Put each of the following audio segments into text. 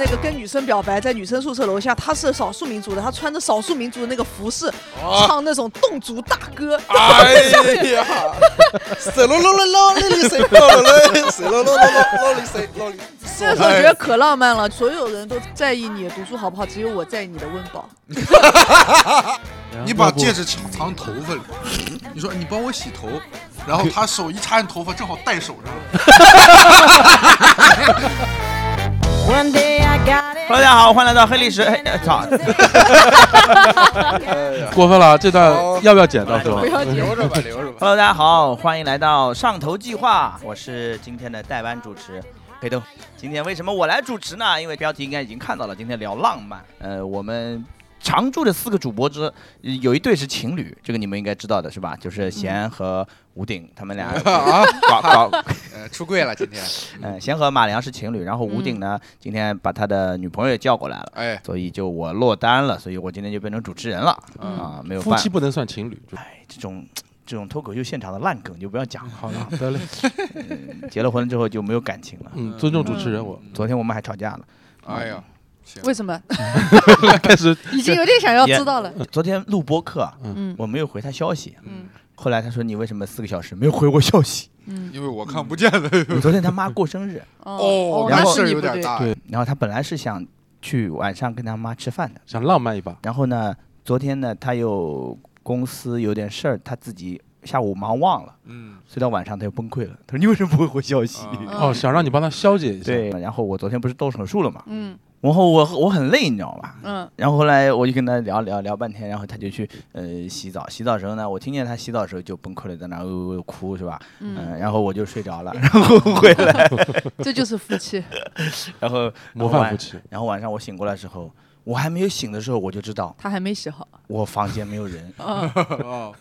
那个跟女生表白，在女生宿舍楼下，他是少数民族的，他穿着少数民族的那个服饰，哦啊唱那种侗族大歌，哎呀，谁喽喽喽喽哩谁喽喽喽，谁喽喽喽喽喽哩谁喽哩。那时候哎觉得可浪漫了，所有人都在意你的读书好不好，只有我在意你的温饱。 你把戒指藏藏头发里，你说你帮我洗头，然后他手一插你头发，正好戴手上了。 One day I got it. Hello，大家好，欢迎来到黑历史。哎，哎操，过分了，这段要不要剪？到时候不要嗯紧，着吧，留着吧。，Hello，大家好，欢迎来到上头计划，我是今天的代班主持裴东。今天为什么我来主持呢？因为标题应该已经看到了，今天聊浪漫。呃，我们。常驻的四个主播之有一对是情侣，这个你们应该知道的是吧？就是贤和吴鼎他们俩啊，搞搞呃，出柜了今天。嗯，贤和马良是情侣，然后吴鼎呢，今天把他的女朋友也叫过来了，哎，所以就我落单了，所以我今天就变成主持人了啊，没有夫办哎妻不能算情侣，就这种这种脱口秀现场的烂梗你就不要讲了。 好了，得嘞，结了婚之后就没有感情了。嗯，尊重主持人，我 昨天我们还吵架了。哎呀，为什么？ 开始已经有点想要知道嗯了。昨天录播课啊，嗯我没有回他消息。嗯后来他说：“你为什么四个小时没有回我 消息嗯，因为我看不见的。？”我昨天他妈过生日，哦，然那后是事儿你有不点对。大。对然后他本来是想去晚上跟他妈吃饭的，想浪漫一把，然后呢，昨天呢他又公司有点事儿，他自己下午忙忘了，嗯，所以到晚上他又崩溃了。他说：“你为什么不会回消息啊哦，想让你帮他消解一？”下，嗯对，然后我昨天不是动手术了嘛，嗯然后我我很累，你知道吧？嗯然后后来我就跟他聊聊聊半天，然后他就去呃洗澡，洗澡的时候呢，我听见他洗澡的时候就崩溃了，在那儿呜呜呜哭是吧？嗯，嗯，然后我就 睡着了，然后回来，这就是夫妻。然后模范夫妻，然后晚上我醒过来的时 候，我还没有醒的时候，我就知道他还没洗好。，我房间没有人 嗯哦，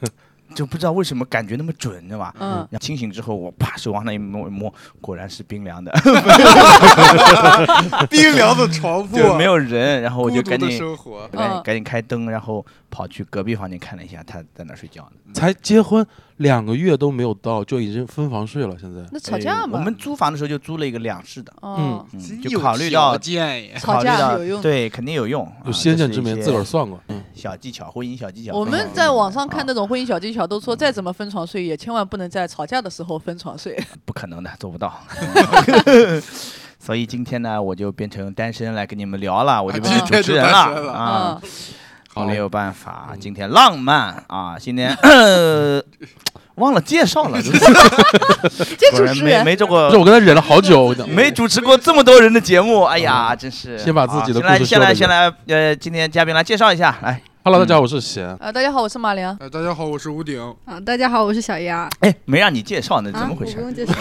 就不知道为什么感觉那么准，你知道吧？嗯，然后清醒之后，我啪手往那一摸一摸，果然是 冰凉的， 冰凉的床铺，就没有人。然后我孤就独赶的紧 生活。赶紧嗯赶紧开灯，然后跑去隔壁房间看了一下，他在那儿睡觉呢。才结婚两个月都没有到，就已经分房睡了，现在那吵架哎我嘛。们租房的时候就租了一个两室的，哦，嗯，真就有考虑条到件耶，吵架考虑到有用对，肯定有用，啊有先见之这是一明，些自个儿算过，嗯，小技巧，婚姻小技巧。我们在网上看那种婚姻小技巧，都说再怎么分床睡，也千万不能在吵架的时候分床睡。 不可能的，做不到。所以今天呢，我就变成单身来跟你们聊了，我就变今成主天持就人单身了了啊。嗯好没有办法，啊嗯今天浪漫啊，今天呃忘了介绍 了，果这主然持没人没做过这我跟他忍了好久，我讲呃没主持过这么多人的节目，哎呀，真是。嗯先把自己的好故事先来，先说来，先来，呃，今天嘉宾来介绍一下，来， ，Hello，大家好，我是贤，啊，大家好，我是马良。哎，大家好，我是吴鼎。啊，大家好，我是小丫。哎，没让你介绍呢，怎啊，么我回不事？用介绍，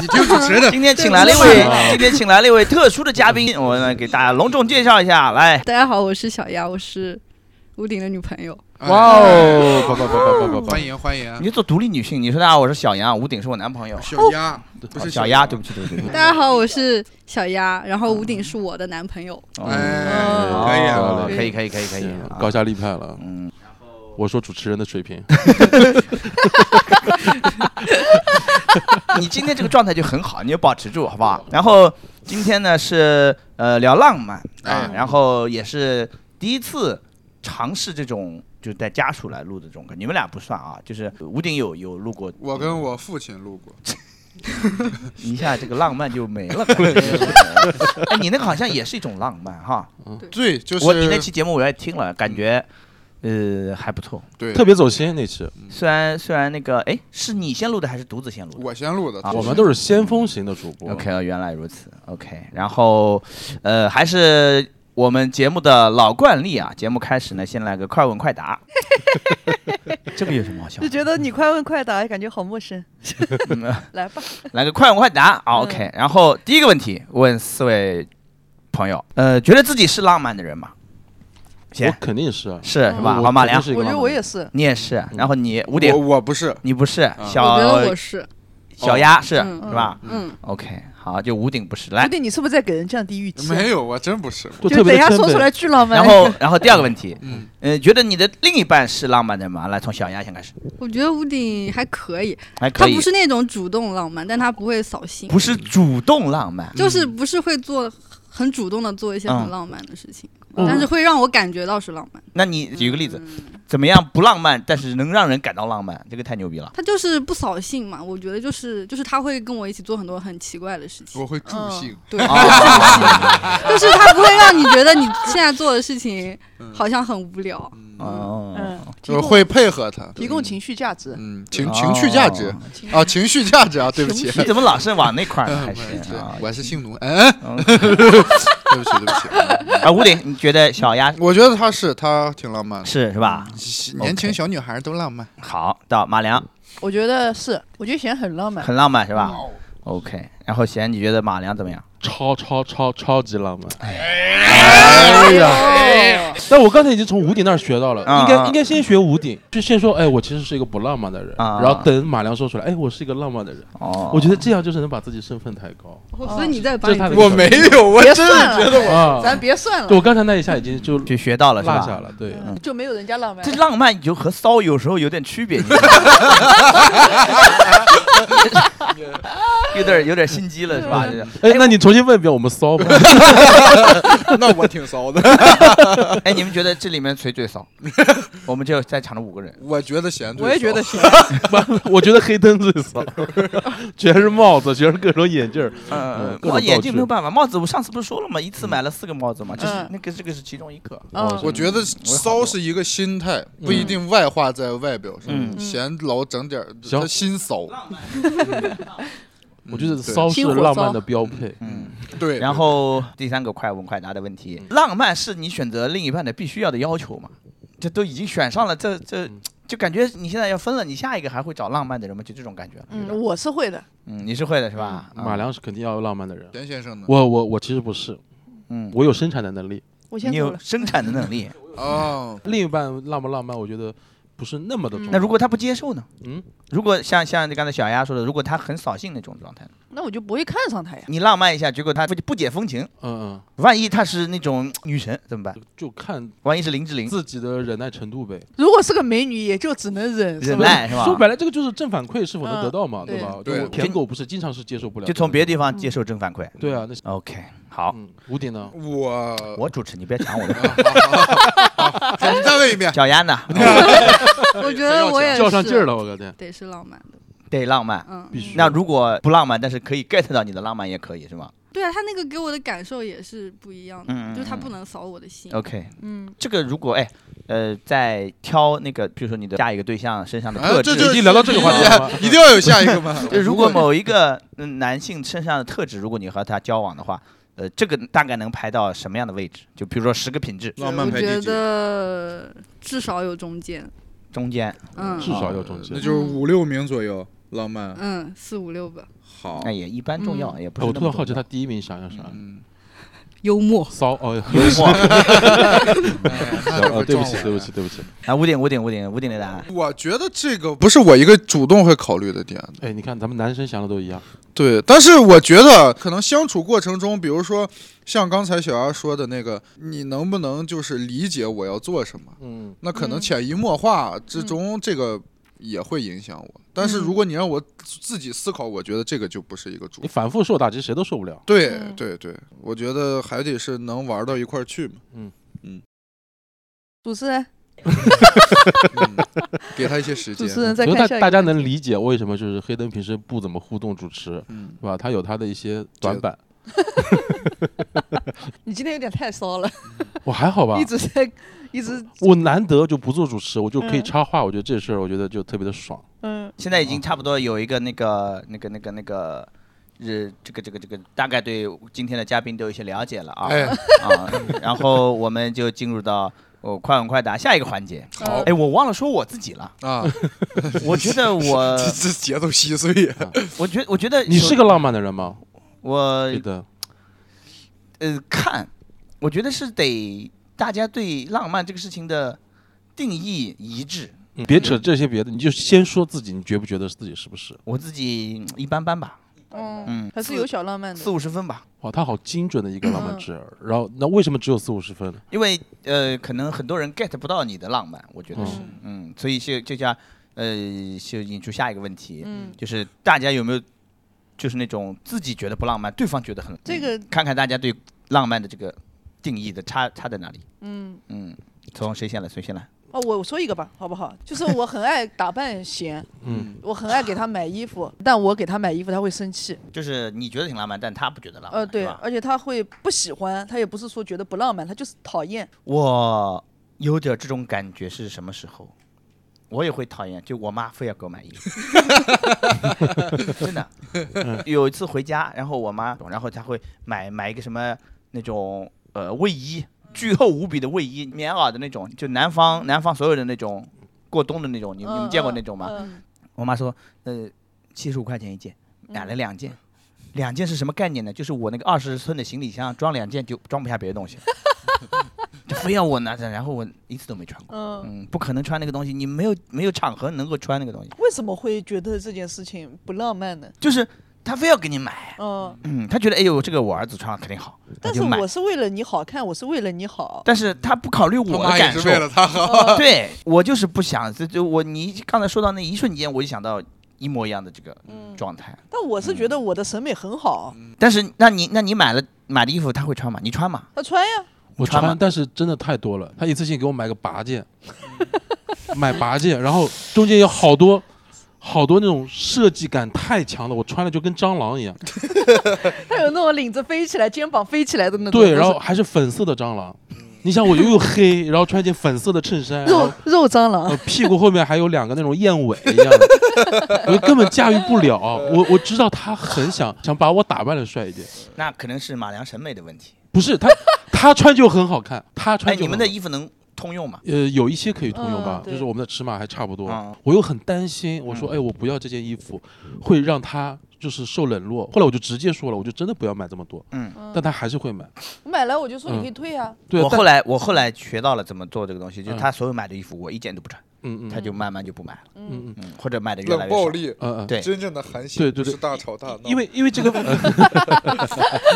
你听主持人的， 今天请来了一对位我忘啊了，今天请来了一位特殊的嘉宾，我们给大家隆重介绍一下，来，大家好，我是小丫，我是吴鼎的女朋友。嗯哇哎哦，不不不不不不欢，迎欢迎，你就做独立女性，你说大家好，我是小杨，吴鼎是我男朋友，哦小鸭不是小鸭，鸭，对不起对不起，对不大起家好，我是小丫，然后吴鼎是我的男朋友。哎，可以啊，哦可以可以可以可以，行啊高下立判了，嗯，我说主持人的水平，你今天这个状态就很好，你就保持住好不好？然后今天呢是呃聊浪漫哎，啊然后也是第一次尝试这种。就是带家属来录的这种，你们俩不算啊，就是吴鼎有有录过，我跟我父亲录过，一下这个浪漫就没 了。感觉哎，你那个好像也是一种浪漫哈，对，就是我你那期节目我也听了，感觉呃还不错。对，特别走心那期，虽然虽然那个哎，是你先录的还是独子先录的我先录的啊，我们都是先锋型的主播， ？OK，原哦来如此。OK，然后呃还是。我们节目的老惯例啊，节目开始呢，先来个快问快答。 这个有什么好笑就的？觉得你快问快答，感觉好陌生。嗯来吧， 来个快问快答啊，OK。然后第一个问题问四位朋友，呃，觉得自己是浪漫的人吗？我行，肯定是啊，嗯是是吧？我老马肯定良，是一个我觉得浪漫我人也是。你也是。嗯然后你五点我，我不是，你不是我我觉小得我是，小鸭是嗯是吧嗯， ？OK，啊，就无顶不是。来吴，迪，你是不是在给人降低预期啊？没有，我真不是。就就特等别一下谦说卑出来巨浪漫。然后，然后第二个问题，嗯，嗯，觉得你的另一半是浪漫的吗？来，从小丫先开始，我觉得屋顶还可以，还他可以，不是那种主动浪漫，但他不会扫兴，不是主动浪漫，就是不是会做很主动的做一些嗯很浪漫的事情，嗯但是会让我感觉到是浪漫。那你举个例子，嗯怎么样不浪漫，但是能让人感到浪漫，这个太牛逼了。他就是不扫兴嘛，我觉得就是就是他会跟我一起做很多很奇怪的事情我，会助兴。对，啊 就是他不会让你觉 得你现在做的事情好像很无聊。嗯，哦 嗯，提我供会配合他，提供情绪价值。嗯情情绪价值哦啊，情绪价值啊，对不起。你怎么老是往那块儿呢？还嗯，是对啊我是性奴，嗯， 嗯对不起，对不起嗯，啊，吴鼎，你觉得小丫我觉得他是他挺浪漫的，是是吧？嗯年轻小女孩都浪漫。好，到马良我觉得是，我觉得显很浪漫。很浪漫是吧？OK，然后贤，你觉得马良怎么样？超超超超级浪漫。哎呀，哦，但我刚才已经从吴鼎那儿学到了，啊应该啊应该先学吴鼎，就先说，哎，我其实是一个不浪漫的人，啊然后等马良说出来，哎，我是一个浪漫的人，哦，我觉得这样就是能把自己身份抬高所以你在帮哦这你是他的我没有，我别真算的了觉得我啊。咱别算就了，我刚才那一下已经就就学到了是落下吧？了，对，嗯就没有人家浪漫这。浪漫就和骚有时候有点区别，你知道吗 有点有点心机了是吧？就是哎，那你重新问一遍我们骚吧，那我挺骚的，哎，你们觉得这里面谁 最骚？我们就在场的五个人， 我觉得闲，我也觉得闲，行， 我觉得黑灯最骚， 全是帽子，全是各种眼镜儿，嗯各种我眼道具镜没有办法，帽子我上次不是说了吗？一次买了四个帽子嘛，就是嗯那个这个是其中一个。哦嗯我觉得骚是一个心态，不一定外化在外表上。嗯闲老整点儿，行他心骚。我觉得骚是心火浪骚漫的标配，嗯，对，然后第三个快问快答的问题，嗯浪漫是你选择另一半的必须要的要求吗？这都已经选上了，这这嗯就感觉你现在要分了，你下一个还会找浪漫的人吗？就这种感觉了。有嗯，点我是会的。嗯，你是会的是吧？马良是肯定要有浪漫的人。田先生呢？我我我其实不是，嗯，我有生产的能力。我先嗯你走有了。生产的 能力。哦，另一半浪不浪漫，我觉得不是那嗯么的重要。那如果他不接受呢？嗯，如果像像刚才小丫说的，如果他很扫兴那种状态呢，那我就不会看上他呀。你浪漫一下，结果他不不解风情，嗯万一他是那种女神怎么办？嗯，就看万一是林志玲，自己的忍耐程度呗。如果是个美女，也就只能忍，是忍吧？耐是吧？说白了，这个就是正反馈是否能得到嘛，嗯对吧？对就我舔狗不是经常是接受不了，就从别的地方接受正反馈。对啊，那是 OK，好，嗯，吴鼎呢？我嗯我主持，你别 抢我的。我，好你再问一遍。小丫呢？ 我觉得我也是较上劲儿了，我感觉。得是浪漫的，得浪漫。嗯，必须那如果不浪漫，但是可以 get 到你的浪漫也可以是吗对啊，他那个给我的感受也是不一样的，嗯嗯就是他嗯不能扫我的心。 ？OK，嗯，这个如果哎，呃，在挑那个，比如说你的下一个对象身上的啊特这质，？就已经聊到这个话题了吗 一定要有下一个吗 就如果某一个嗯男性身上的特质，如果你和他交往的话，呃，这个大概能排到什么样的位置？就比如说十个品质浪漫我排觉第几？啊得至少有中间，中间，嗯至少要中间那就是五六名左右，浪漫嗯，四五六吧，好那。也一般重要，也不哎是我那突么然好奇重要他第一名想要啥？嗯，幽默，骚 哦，幽默 哎那就哦，会对不撞起，我对不起，对不起。啊，五点五点五点五点的答案，我觉得这个不是我一个主动会考虑的点，哎，你看咱们男生想的都一样，对。但是我觉得可能相处过程中，比如说像刚才小丫说的那个，你能不能就是理解我要做什么？嗯，那可能嗯潜移默化嗯之中，这个也会影响我。但是如果你让我自己思考，我觉得这个就不是一个主你反复受打击谁都受不了。对嗯对对，我觉得还得是能玩到一块儿去 嘛。主持人，嗯给他一些时主间。持人所再以看大下一个。大家能理解为什么就是黑灯平时不怎么互动主持，嗯 是，吧？他有他的一些短板，你今天有点太骚了，我还好吧一。直在，一直我难得就不做主持，我就可以嗯插话，我觉得这事儿我觉得就特别的爽。嗯现在已哦经差不多有一个那个那个那个那个，呃，这个这个这个大概对今天的嘉宾都有一些了解了啊、哎， 啊，然后我们就进入到哦快问快答下一个环节。好哎，我忘了说我自己了， 啊，我觉得我 这这节奏稀碎。我觉我觉得你首是个浪漫的人吗？我对的，呃看，我觉得是得大家对浪漫这个事情的定义一致。嗯别扯这些别的，你就先说自己，你觉不觉得自己是不是？我自己嗯一般般吧，嗯，嗯，还是有小浪漫的四。五十分吧，哇，他好精准的一个浪漫嗯值。然后那为什么只有四五十分呢？因为呃，可能很多人 get 不到你的浪漫，我觉得是，嗯，所以就就像呃，就引出下一个问题，嗯，就是大家有没有就是那种自己觉得不浪漫，对方觉得很这个看看大家对浪漫的这个定义的差差在哪里？嗯，嗯，从谁先来？谁先来？哦，我我说一个吧，好不好？ 就是我很爱打扮贤，嗯，我很爱给他买衣服，但我给他买衣服他会生 气，就是你觉得挺浪漫，但他不觉得浪漫，呃，对，是吧？而且他会不喜欢，他也不是说觉得不浪漫，他就是讨厌。我有点这种感觉是什么时候？我也会讨厌，就我妈非要给我买衣服， 真的。有一次回家，然后我妈，然后她会买买一个什么那种呃卫衣，巨厚无比的卫衣，棉袄的那种，就南方南方所有的那种过冬的那种，你们你们见过那种吗？嗯我妈说，呃，七十五块钱一件，嗯买了两件，两件是什么概念呢？就是我那个二十寸的行李箱装两件就装不下别的东西了， 就非要我拿着，然后我一次都没穿过。嗯，嗯嗯，不可能穿那个东西，你没有没有场合能够穿那个东西，为什么会觉得这件事情不浪漫呢？就是他非要给你买，嗯，嗯，他觉得哎呦这个我儿子穿了肯定好，他但是就买我，是为了你好看，我是为了你好。但是他不考虑他我的妈也感是受为，了他好。对我就是不想，这就我你刚才说到那一瞬间，我就想到一模一样的这个嗯状态，但我是觉嗯得我的审美很好，但是那你那你买了买的衣服他会穿吗？你穿吗？他穿呀，我穿吗穿，但是真的太多了。他一次性给我买个八件， 买八件，然后中间有好多好多那种设计感太强的，我穿了就跟蟑螂一样。嗯他有那种领子飞起来、肩膀飞起来的那种。对，都是然后还是粉色的蟑螂。你想我又黑，然后穿一件粉色的衬衫，然后肉肉蟑螂呃，屁股后面还有两个那种燕尾一样的，我根本驾驭不了。啊我我知道他很想想把我打扮的帅一点，那可能是马良审美的问题。不是他他穿就很好看，他哎，穿就你很好们的衣服能通用吗？呃有一些可以通用吧嗯，对就是我们的尺码还差不多嗯。我又很担心，我说哎我不要这件衣服，会让他就是受冷落。后来我就直接说了，我就真的不要买这么多，嗯，但他还是会买。我买来我就说你嗯可以退啊，对，我但后来我后来学到了怎么做这个东西，就是嗯他所有买的衣服我一件都不穿，嗯他嗯就慢慢就不买了，嗯嗯嗯，或者买的越来冷越少暴。力，嗯嗯，对，真正的韩信对对对不是大吵大闹，因为因为这 个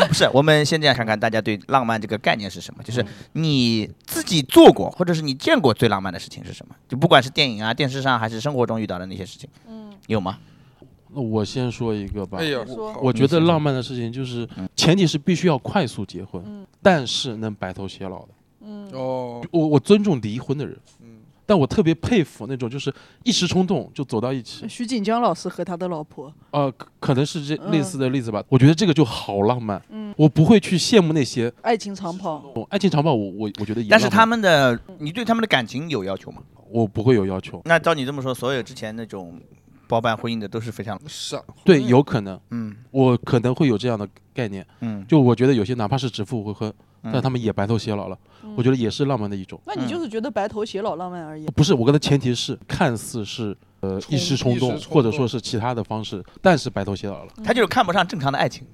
不是，我们现在看看大家对浪漫这个概念是什么，就是你自己做过或者是你见过最浪漫的事情是什么？就不管是电影啊、电视上还是生活中遇到的那些事情，嗯，有吗？那我先说一个吧。哎呀，说我我觉得浪漫的事情就是嗯，前提是必须要快速结婚，但是能白头偕老的。嗯哦，我我尊重离婚的人，嗯但我特别佩服那种就是一时冲动就走到一起，徐锦江老师和他的老婆，呃，可可能是这嗯类似的例子吧。我觉得这个就好浪漫，我不会去羡慕那些爱情长跑，爱情长跑我，我我觉得也浪漫，但是他们的，你对他们的感情有要求吗？我不会有要求。那照你这么说，所有之前那种包办婚姻的都是非常，傻，对，有可能嗯我可能会有这样的概念，嗯，就我觉得有些哪怕是指腹为婚，嗯但他们也白头偕老了，我觉得也是浪漫的一种。那你就是觉得白头偕老浪漫而已。不是，我跟他前提是看似是呃冲一时一冲动，时冲或者动说是其他的方式，但是白头偕老了。他就是看不上正常的爱情。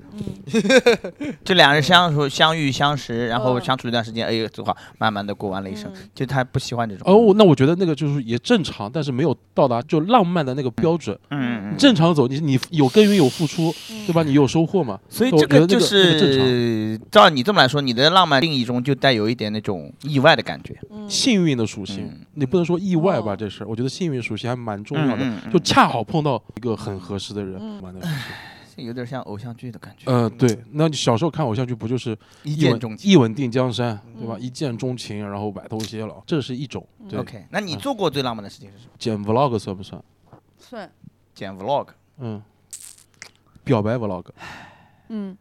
就两人相处、相遇、相识，然后嗯相处一段时间，哎呦，正好慢慢的过完了一生。就他不喜欢这种。哦，我那我觉得那个就是也正常，但是没有到达就浪漫的那个标准。嗯，嗯嗯嗯正常走，你你有耕耘有付出，嗯对吧？你有收获嘛？所以那我这觉得个那就个那个正常是照你这么来说，你的浪漫定义中就带有一点那种意外的感觉。嗯幸运的属性嗯，你不能说意外吧？哦这事儿，我觉得幸运属性还蛮重要嗯嗯的，嗯就恰好碰到一个很合适的人。蛮那个这嗯有点像偶像剧的感觉，嗯，对，那你小时候看偶像剧不就是一一见吻钟情。嗯一吻定江山，对吧？一见钟情，然后白头偕老，这是一种。对， OK，那你做过最浪漫的事情是什么？剪 vlog 算不算？算，剪 vlog。嗯，表白 vlog，嗯，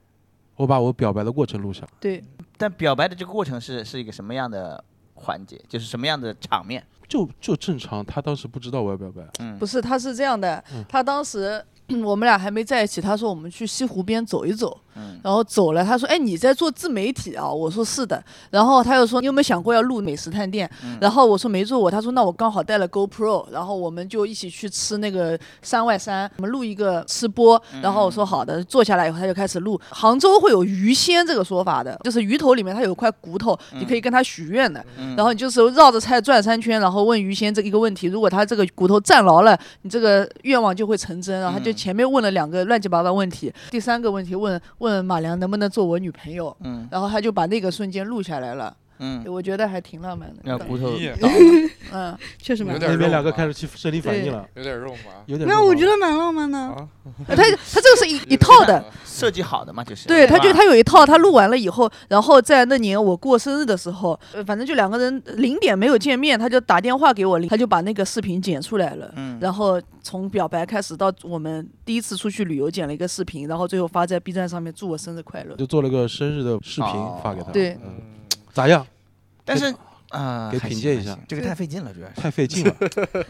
我把我表白的过程录下来。对，但表白的这个过程是是一个什么样的环节？就是什么样的场面？就就正常，他当时不知道我要表白，不是， 他是这样的，他当时我们俩还没在一起，他说我们去西湖边走一走，嗯然后走了，他说：“哎，你在做自媒体啊？”我说：“是的。”然后他又说：“你有没有想过要录美食探店？”然后我说：“没做过。”他说：“那我刚好带了 GoPro，然后我们就一起去吃那个山外山，我们录一个吃播。”然后我说：“好的。”坐下来以后，他就开始录。杭州会有鱼仙这个说法的，就是鱼头里面它有块骨头，你可以跟他许愿的。嗯然后你就是绕着菜转三圈，然后问鱼仙这一个问题，如果他这个骨头站牢了，你这个愿望就会成真。然后他就前面问了两个乱七八糟问题，第三个问题问问马良能不能做我女朋友，嗯然后他就把那个瞬间录下来了，嗯，我觉得还挺浪漫的。 那骨头咦倒了嗯，确实蛮有。点那边肉两个麻开始起生理反应了，有点肉麻有点没有，肉麻我觉得蛮浪漫的。啊，他他这个是一一套的，设计好的嘛，就是对，他吧就他有一套，他录完了以后，然后在那年我过生日的时候，呃反正就两个人零点没有见面，他就打电话给我，他就把那个视频剪出来了。嗯然后从表白开始到我们第一次出去旅游，剪了一个视频，然后最后发在 B 站上面，祝我生日快乐。就做了个生日的视频哦发给他，对嗯，嗯咋样？但是啊，给还品行鉴还一下行这个太费劲了，主要是太费劲了，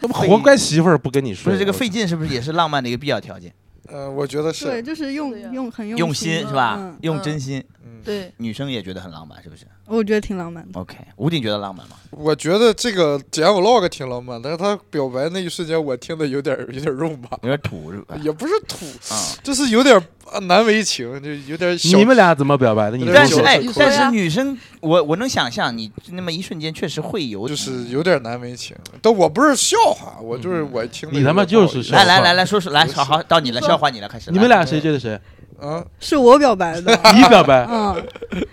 他妈活该媳妇儿不跟你睡。不是这个我费劲是不是也是浪漫的一个必要条件？呃，我觉得对，是，就是用是的呀用很用心心是吧嗯？，用真心，嗯，对，女生也觉得很浪漫，是不是我觉得挺浪漫的。 ？OK，吴鼎觉得浪漫吗？我觉得这个剪 vlog 挺浪漫，但是他表白那一瞬间，我听的有点有点肉麻，有点土是吧？也不是嗯土，啊，就是有点呃难为情，就有点小嗯你们俩怎么表白的？你对说但就是说哎一口，但对啊是女生，我我能想象你那么一瞬间确实会有，就是有点难为情。但我不是笑话，我就是我听的嗯你他妈就是来来笑话来来说说来，好好到你了，说笑话你了，开始。你们来俩谁追的谁？啊， 是我表白的，你表白， 嗯，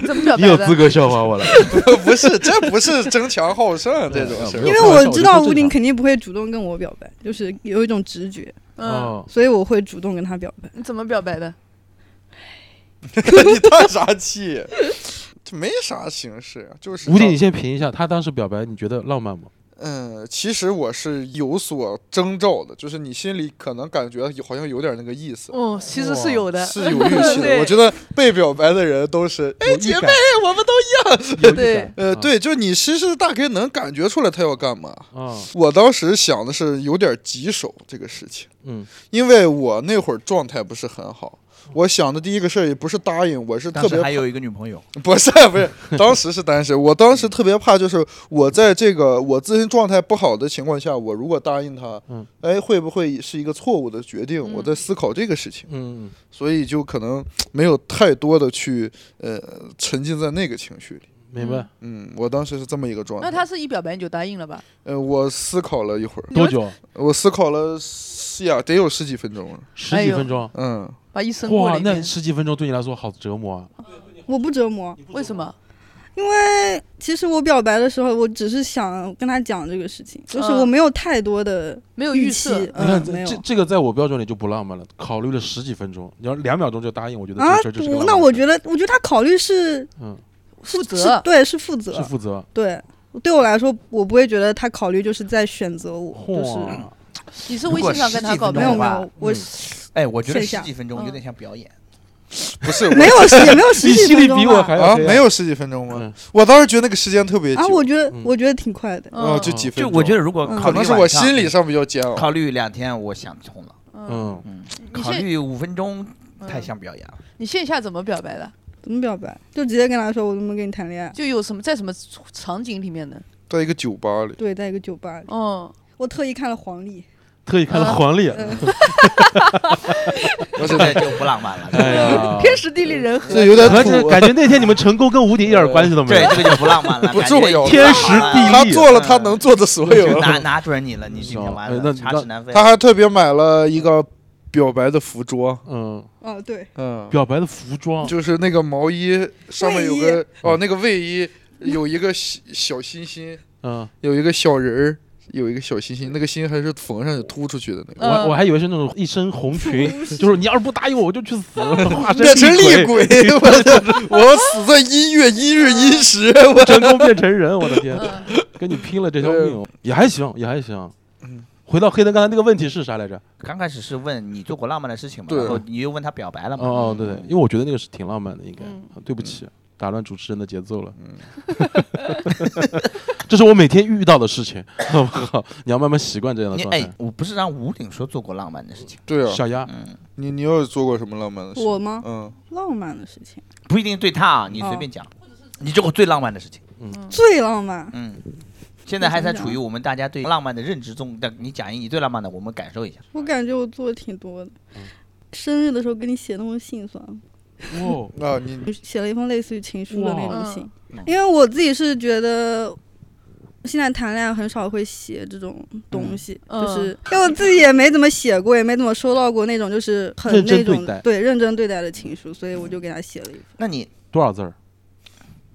怎么表你白有的资？格笑话 我了。不是，这不是争强好胜这种事没儿有因为我知道吴鼎肯定不会主动跟我表白，就是有一种直觉，嗯，哦，所以我会主动跟他表白。你怎么表白的？ 你叹啥气？这没啥形式，啊就是吴鼎，你先评一下，他当时表白，你觉得浪漫吗？嗯，其实我是有所征兆的，就是你心里可能感觉有好像有点那个意思，哦，其实是有的，是有预期的。 对我觉得被表白的人都是，哎，有预姐感妹，我们都有预对感呃，啊对，就是你其实大概能感觉出来他要干嘛。啊，我当时想的是有点棘手这个事情，嗯，因为我那会儿状态不是很好。我想的第一个事儿也不是答应，我是特当别时还有一个女朋友， 不是不是，当时是单身。我当时特别怕，就是我在这个我自身状态不好的情况下，我如果答应他，嗯哎，会不会是一个错误的决定？嗯我在思考这个事情，嗯，所以就可能没有太多的去呃沉浸在那个情绪里。明白。嗯，我当时是这么一个状态。那他是一表白你就答应了吧？呃，我思考了一会儿，多久？我思考了是呀，得有十几分钟了。哎十几分钟。嗯，把一生过哇了，一那遍，十几分钟对你来说好折磨啊！我不折磨，为什么？因为其实我表白的时候，我只是想跟他讲这个事情，就是我没有太多的没有预预期设，你看，嗯，没这有这这个在我标准里就不浪漫了。考虑了十几分钟，你要两秒钟就答应，我觉得啊这事儿就是个我浪漫那我觉得，我觉得他考虑是嗯负是责。对，是负责，是负责。对。对我来说，我不会觉得他考虑就是在选择我，就是嚯，你是微信上跟他告如果白没的有吗没吧有，我嗯哎，我觉得线下十几分钟嗯有点像表演，不是没有十也没有十你几心里分钟比我吧还要啊，黑没有十几分钟吗？嗯我当时觉得那个时间特别久，啊，我觉得嗯我觉得挺快的，哦嗯就几分就钟。我觉得如果嗯考可虑能是我晚上心理上比较煎哦熬。考虑两天，我想通了，嗯，嗯，你考现虑五分钟嗯太像表演了，你线下怎么表白的？怎么表白？就直接跟他说我能不能跟你谈恋爱？就有什么在什么场景里面的？在一个酒吧里，对，在一个酒吧里，嗯，我特意看了黄历，特意看了黄历，嗯，这个就不浪漫了。 哎呀，天时地利人和，这有点感觉土。啊感觉那天你们成功跟吴鼎一点关系都没对，有。这个就不浪 漫了，不感觉重要已经天时浪漫了 地他利做了他能做的所有 就，拿拿准你了，你今天完哎那了，插那翅难飞。他还特别买了一个表白的服装，嗯，哦对，嗯，表白的服装，就是那个毛衣上面有卫个哦，那个卫衣有一个小小心心，嗯，有一个小人儿，有一个小心心，那个心还是缝上去凸出去的那嗯个，我我还以为是那种一身红裙，就是你要是不答应我，我就去死， 化身变成厉厉鬼，我我死在音乐一日一时，我 成功变成人，我的天，嗯跟你拼了这条命，也还行，也还行。回到黑灯，刚才那个问题是啥来着？刚开始是问你做过浪漫的事情嘛，对然后你又问他表白了嗯嘛，哦哦，对对，因为我觉得那个是挺浪漫的，应该嗯。啊对不起，打乱主持人的节奏了。 这是我每天遇到的事情，好不好？你要慢慢习惯这样的你状哎态，。我不是让吴鼎说做过浪漫的事情，对啊，小丫，嗯，你你有做过什么浪漫的事？我吗？嗯，浪漫的事情，不一定对他啊，你随便讲，你做过最浪漫的事情。最浪漫，嗯，现在还在我想处于我们大家对浪漫的认知中，但你讲一你最浪漫的，我们感受一下。我感觉我做的挺多的。生日的时候给你写那封信算了，哦，啊，你我写了一封类似于情书的那种信哇嗯，因为我自己是觉得。现在谈恋爱很少会写这种东西，嗯就是因为我自己也没怎么写过，也没怎么收到过那种就是很认真那种对待认真对待的情书，所以我就给他写了一封。那你，多少字儿？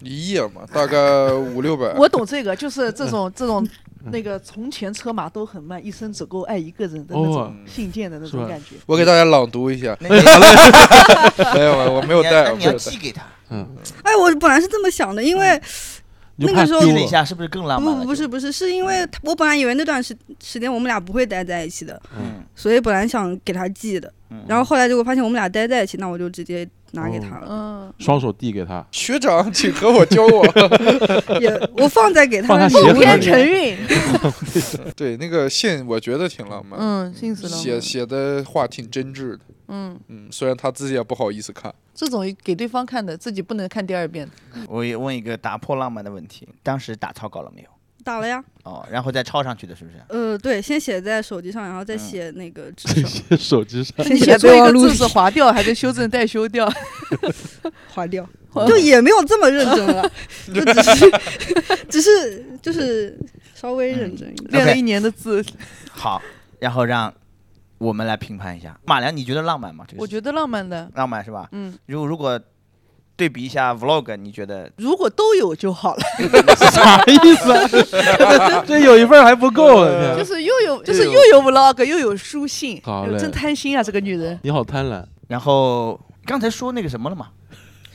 一页嘛，大概五六百。我懂这个，就是这种这种那个从前车马都很慢，一生只够爱一个人的那哦种嗯信件的那是种吧感觉。我给大家朗读一下 哎那你那没有，啊我没有你要带，那我你没要有带寄。给他，嗯，哎，我本来是这么想的，因为你就那怕个时候丢寄了一了。下是不是更浪漫不了？嗯不不是，不是，是因为他我本来以为那段时时间我们俩不会待在一起的，嗯，所以本来想给他寄的，嗯然后后来结果发现我们俩待在一起，那我就直接拿给他了，嗯，双手递给他，学长，请和我 交往。哦也我放在给 他放他的鞋礼盒里物天面成韵，对，那个信我觉得挺浪漫，嗯，幸死写了，写的话挺真挚的。嗯，嗯，虽然他自己也不好意思看。这种给对方看的，自己不能看第二遍的。我也问一个打破浪漫的问题，当时打草稿了没有？打了呀，哦，然后再抄上去的，是不是？呃，对，先写在手机上，然后嗯再写 那个纸上，这手机上 你先写写错一备忘个录字是划掉，还得修正带修掉。划 掉，哦就也没有这么认真了，就只是 只是就是稍微认真一点。练了一年的字，好，然后让我们来评判一下。马良，你觉得浪漫吗？这个我事情觉得浪漫的。浪漫是吧？嗯，如果如果对比一下 vlog，你觉得如果都有就好了，啥意思啊？ 这这有一份还不够，啊呃天就是又有，就是又有 vlog，又有书信，好嘞哎呦真贪心啊，这个女人。你好贪婪，然后刚才说那个什么了 嘛？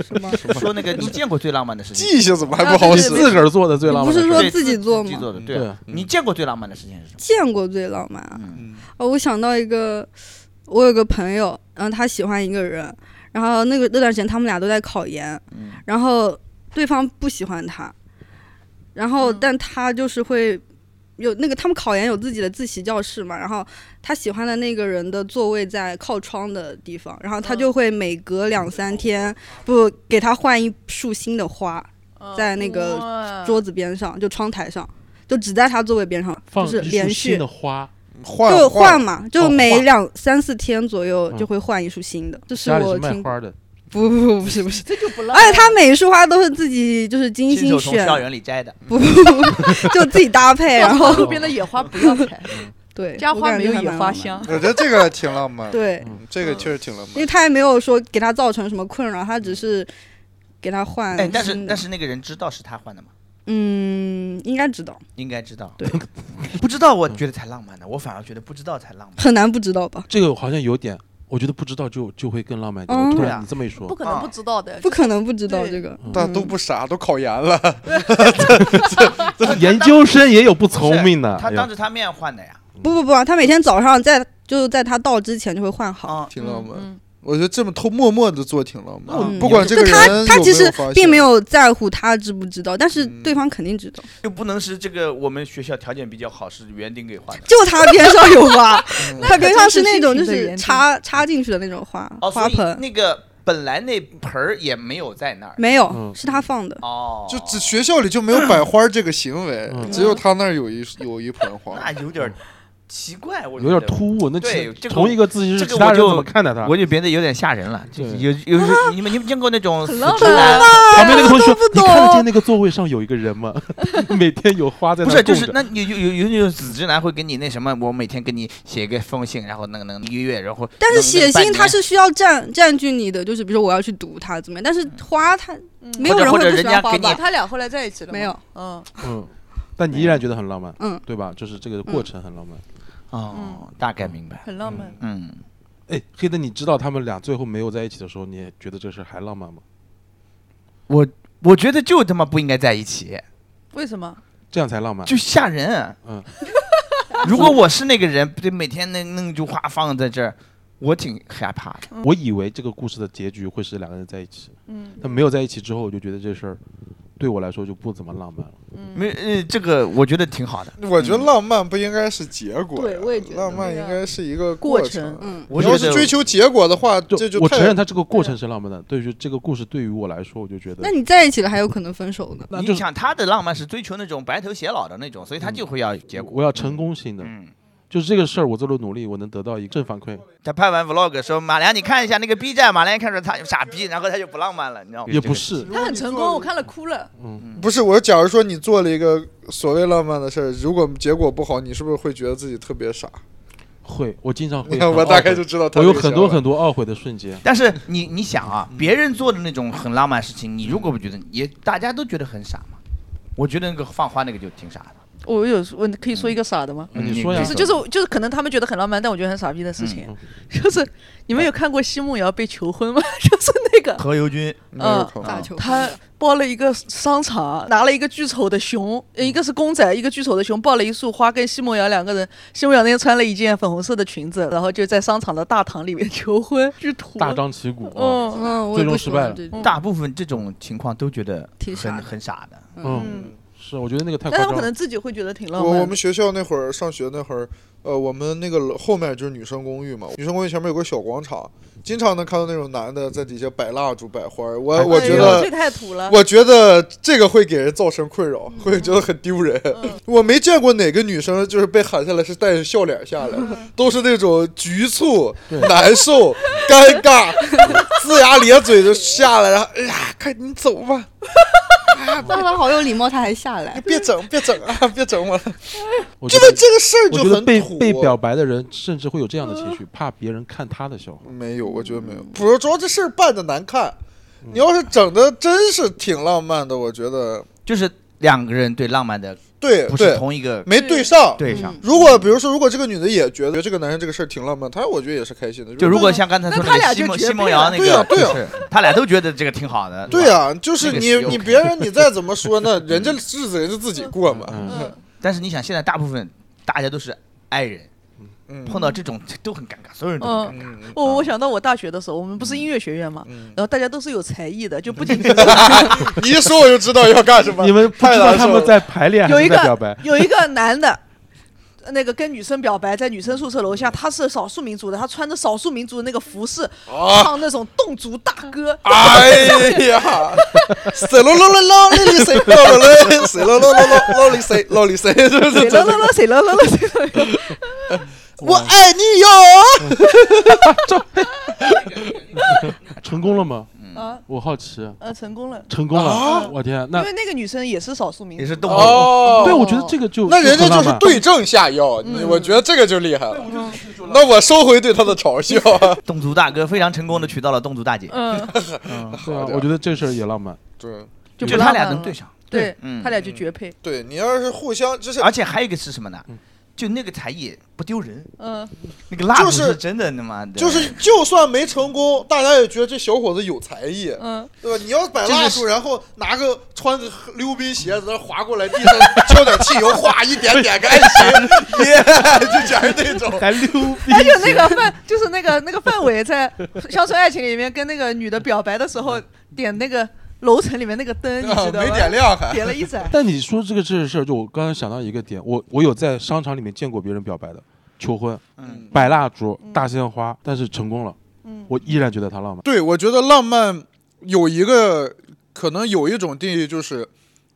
什么？说那个你见过最浪漫的事嗯情？记性怎么还不好你使？自个儿做的最浪漫的事。你不 是说对自己做吗自己做的，对对啊。你见过最浪漫的事情是什么？见过最浪漫啊！嗯，嗯哦，我想到一个，我有个朋友，然后他喜欢一个人，然后那个那段时间他们俩都在考研，嗯然后对方不喜欢他，然后嗯但他就是会有那个他们考研有自己的自习教室嘛，然后他喜欢的那个人的座位在靠窗的地方，然后他嗯就会每隔嗯两三天不给他换一束新的花，嗯在那个哇桌子边上就窗台上。就只在他座位边上，放就一是束连续新的花，换就换嘛，就哦每换两三四天左右嗯就会换一束新的。这是家里我是卖听花的，不不不不是不是，这就不浪漫。而且他每一束花都是自己就是精亲嗯心手从选，校园里摘的。不不不， 就自己搭配，然后哎路边的野花不 要采，对家我花感没觉有还野蛮花浪漫香。我觉得这个挺浪漫，对，嗯这个确实挺浪因漫为。他也没有说给他造成什么困扰，他只是给他换哎，但是嗯新的但是那个人知道是他换的吗？嗯，应该知道，应该知道。对， 不知道我觉得才浪漫呢，我反而觉得不知道才浪漫。很难不知道吧？这个好像有点，我觉得不知道就就会更浪漫一点。嗯我突对啊然你这么一不说，可能不知道的，不可能不知道对这个，嗯但都不傻，都考研了，嗯研究生也有不聪明的。他哎呀当着他面换的呀。不不不，啊他每天早上在就是在他到之前就会换好。啊，挺浪漫。嗯我觉得这么偷默默的做挺浪啊漫嗯的，不管这就个人他，有他其没实有发现并没有在乎他知不知道，但是嗯对方肯定知道。又不能是这个我们学校条件比较好，是园丁给换的。就他边上有花，他边上是是那种就心情的是原插插进去的那种花哦，所花以盆，那个本来那盆儿也没有在那儿。没有嗯，是他放的。哦，就只学校里就没有摆花这个行为，嗯只有他那儿有一有一盆花那。有点儿奇怪，我有点突兀，那对其这个同一个自习室，这个其他我人就怎么看待他？我就觉得有点吓人了。就对有有时候你们你们见过那种很浪漫死宅旁边那个同学不，你懂看得见那个座位上有一个 人吗？ 每天有花在不那是，儿就供是着。那有有有有那种死直男会给你那什么，我每天给你写个封信，然后那个能一个月，然后但是弄写弄半信它年是需要占占据你的，就是比如说我要去读它怎么样，但是花它嗯没有或者或者人会人不喜家欢花给你啊吧？他俩后来在一起了吗没有，嗯，嗯，但你依然觉得很浪漫，嗯，对吧？就是这个过程很浪漫。哦，大概明白。很浪漫。嗯，哎，黑的，你知道他们俩最后没有在一起的时候，你也觉得这事还浪漫吗？我我觉得就他妈不应该在一起，为什么？这样才浪漫。就吓人。嗯， 如果我是那个人，对，每天那那句话放在这儿，我挺害怕的。我以为这个故事的结局会是两个人在一起，嗯但没有在一起之后，我就觉得这事儿对我来说就不怎么浪漫了。没呃，这个我觉得挺好的。我觉得嗯浪漫不应该是结果呀，对我也觉得浪漫应该是一个过程。嗯，我你觉要得是追求结果的话，这就我太嗯承认他这个过程是浪漫的，对于这个故事对于我来说，我就觉得那你在一起了还有可能分手呢。那就你是想他的浪漫是追求那种白头偕老的那种，所以他就会要结果。我要成功性的，嗯，就是这个事儿，我做了努力，我能得到一个正反馈，他拍完 vlog 说马良，你看一下那个 B 站，马良一看说他傻逼，然后他就不浪漫了，你知道吗？也不嗯是，嗯他很成功，我看了哭了。不是我。假如说你做了一个所谓浪漫的事儿，如果结果不好，你是不是会觉得自己特别傻？会，我经常会你很看，懊 悔，我大概就知道他嗯我有这个很多想法很多懊悔的瞬间，但是你你想啊，别人做的那种很浪漫的事情，你如果不觉得，也大家都觉得很傻嘛。我觉得那个放花那个就挺傻的。我有我可以说一个傻的吗？嗯你说呀就是就是就是，可能他们觉得很浪漫，但我觉得很傻逼的事嗯情， 就是你们有看过奚梦瑶被求婚吗？ 就是那个何猷君，没有嗯考虑打球，他抱了一个商场，拿了一个巨丑的熊，呃一个是公仔，一个巨丑的熊，抱了一束花，跟奚梦瑶两个人。奚梦瑶那天穿了一件粉红色的裙子，然后就在商场的大堂里面求婚， 巨土。大张旗鼓啊，嗯，嗯，我最也终不失喜败欢了这种。大部分这种情况都觉得挺傻很的很傻的。嗯，是，我觉得那个太但夸他们张可了能，自己会觉得挺浪漫我的。我们学校那会儿上学那会儿，呃，我们那个楼后面就是女生公寓嘛，女生公寓前面有个小广场，经常能看到那种男的在底下摆蜡烛、摆花儿。我我觉哎呦这得，太土了。我觉得这个会给人造成困扰，会觉得很丢人。我没见过哪个女生就是被喊下来是带着笑脸下来，都是那种局促、难 受、尴尬、龇牙咧嘴就下来，然后哎呀，快你走吧， 爸爸好有礼貌，他还下你 来。别整，别整啊，别整我了。我觉觉得得这个事儿我就觉得很被土。啊被表白的人甚至会有这样的情绪，怕别人看他的笑话。没有，我觉得没有。不是，主要这事儿办的难看。嗯你要是整的真是挺浪漫的，我觉得就是两个人对浪漫的对不是对，同一个没对上。对嗯上。如果比如说，如果这个女的也觉得这个男生这个事儿挺浪漫，她我觉得也是开心的。就如果那像刚才说那他个俩西就蒙绝西蒙配啊瑶了那对个呀，对呀就是他俩都觉得这个挺好的。对呀，呀、就是这个你是 OK 你别人你再怎么说呢，人家日子人家自己过嘛。嗯，嗯，但是你想，现在大部分大家都是爱人，嗯，碰到这种都很尴尬，所有人都很尴尬。嗯我我想到我大学的时候，我们不是音乐学院嘛，嗯，然后大家都是有才艺的，就不 仅仅是你一说我就知道要干什么。你们不太知道难他受们了。在排练有还一是在表白个， 有一个男的。那个跟女生表白，在女生宿舍楼下，他是少数民族的，他穿着少数民族的那个服饰，哦啊唱那种侗族大 歌，哎呀，谁喽喽喽喽哩哩谁喽喽喽，谁喽喽喽喽喽哩谁喽哩谁，是不谁是？了了了，谁了了了，谁了了了我爱你哟。成功了吗？嗯啊，我好奇，呃，成功了，成功啊了，我天，因那为那个女生也是少数民也族，是动物，哦对我觉得这个就那人家很就浪是漫对症下药，你我觉得这个就厉害了。那嗯我收回对他的嘲 笑。侗族大哥非常成功的娶到了侗族大姐， 嗯，对啊好，的我觉得这事儿也浪漫。对就就不他浪俩漫能了对，上，对嗯他俩就绝配，对，你要是互相就是而且还有一个是什么呢？嗯就那个才艺不丢人，嗯，那个蜡烛就是是真的他妈的，就是就算没成功，大家也觉得这小伙子有才艺，嗯，对吧？你要摆蜡就是烛，然后拿个穿个溜冰鞋子划过来，地 上浇点汽油，哗一点点个爱心，耶， 就全是那 种。还溜 冰。而且哎那个范就是那个那个范伟在《乡村爱情》里面跟那个女的表白的时 候，点那个楼层里面那个灯，你知道吗？啊没点亮啊还，点了一 盏，但你说这个这事儿，就我刚才想到一个点，我我有在商场里面见过别人表白的，求婚、嗯，摆蜡烛、大鲜花，但是成功了，嗯，我依然觉得他浪漫。对，我觉得浪漫有一个可能有一种定义，就是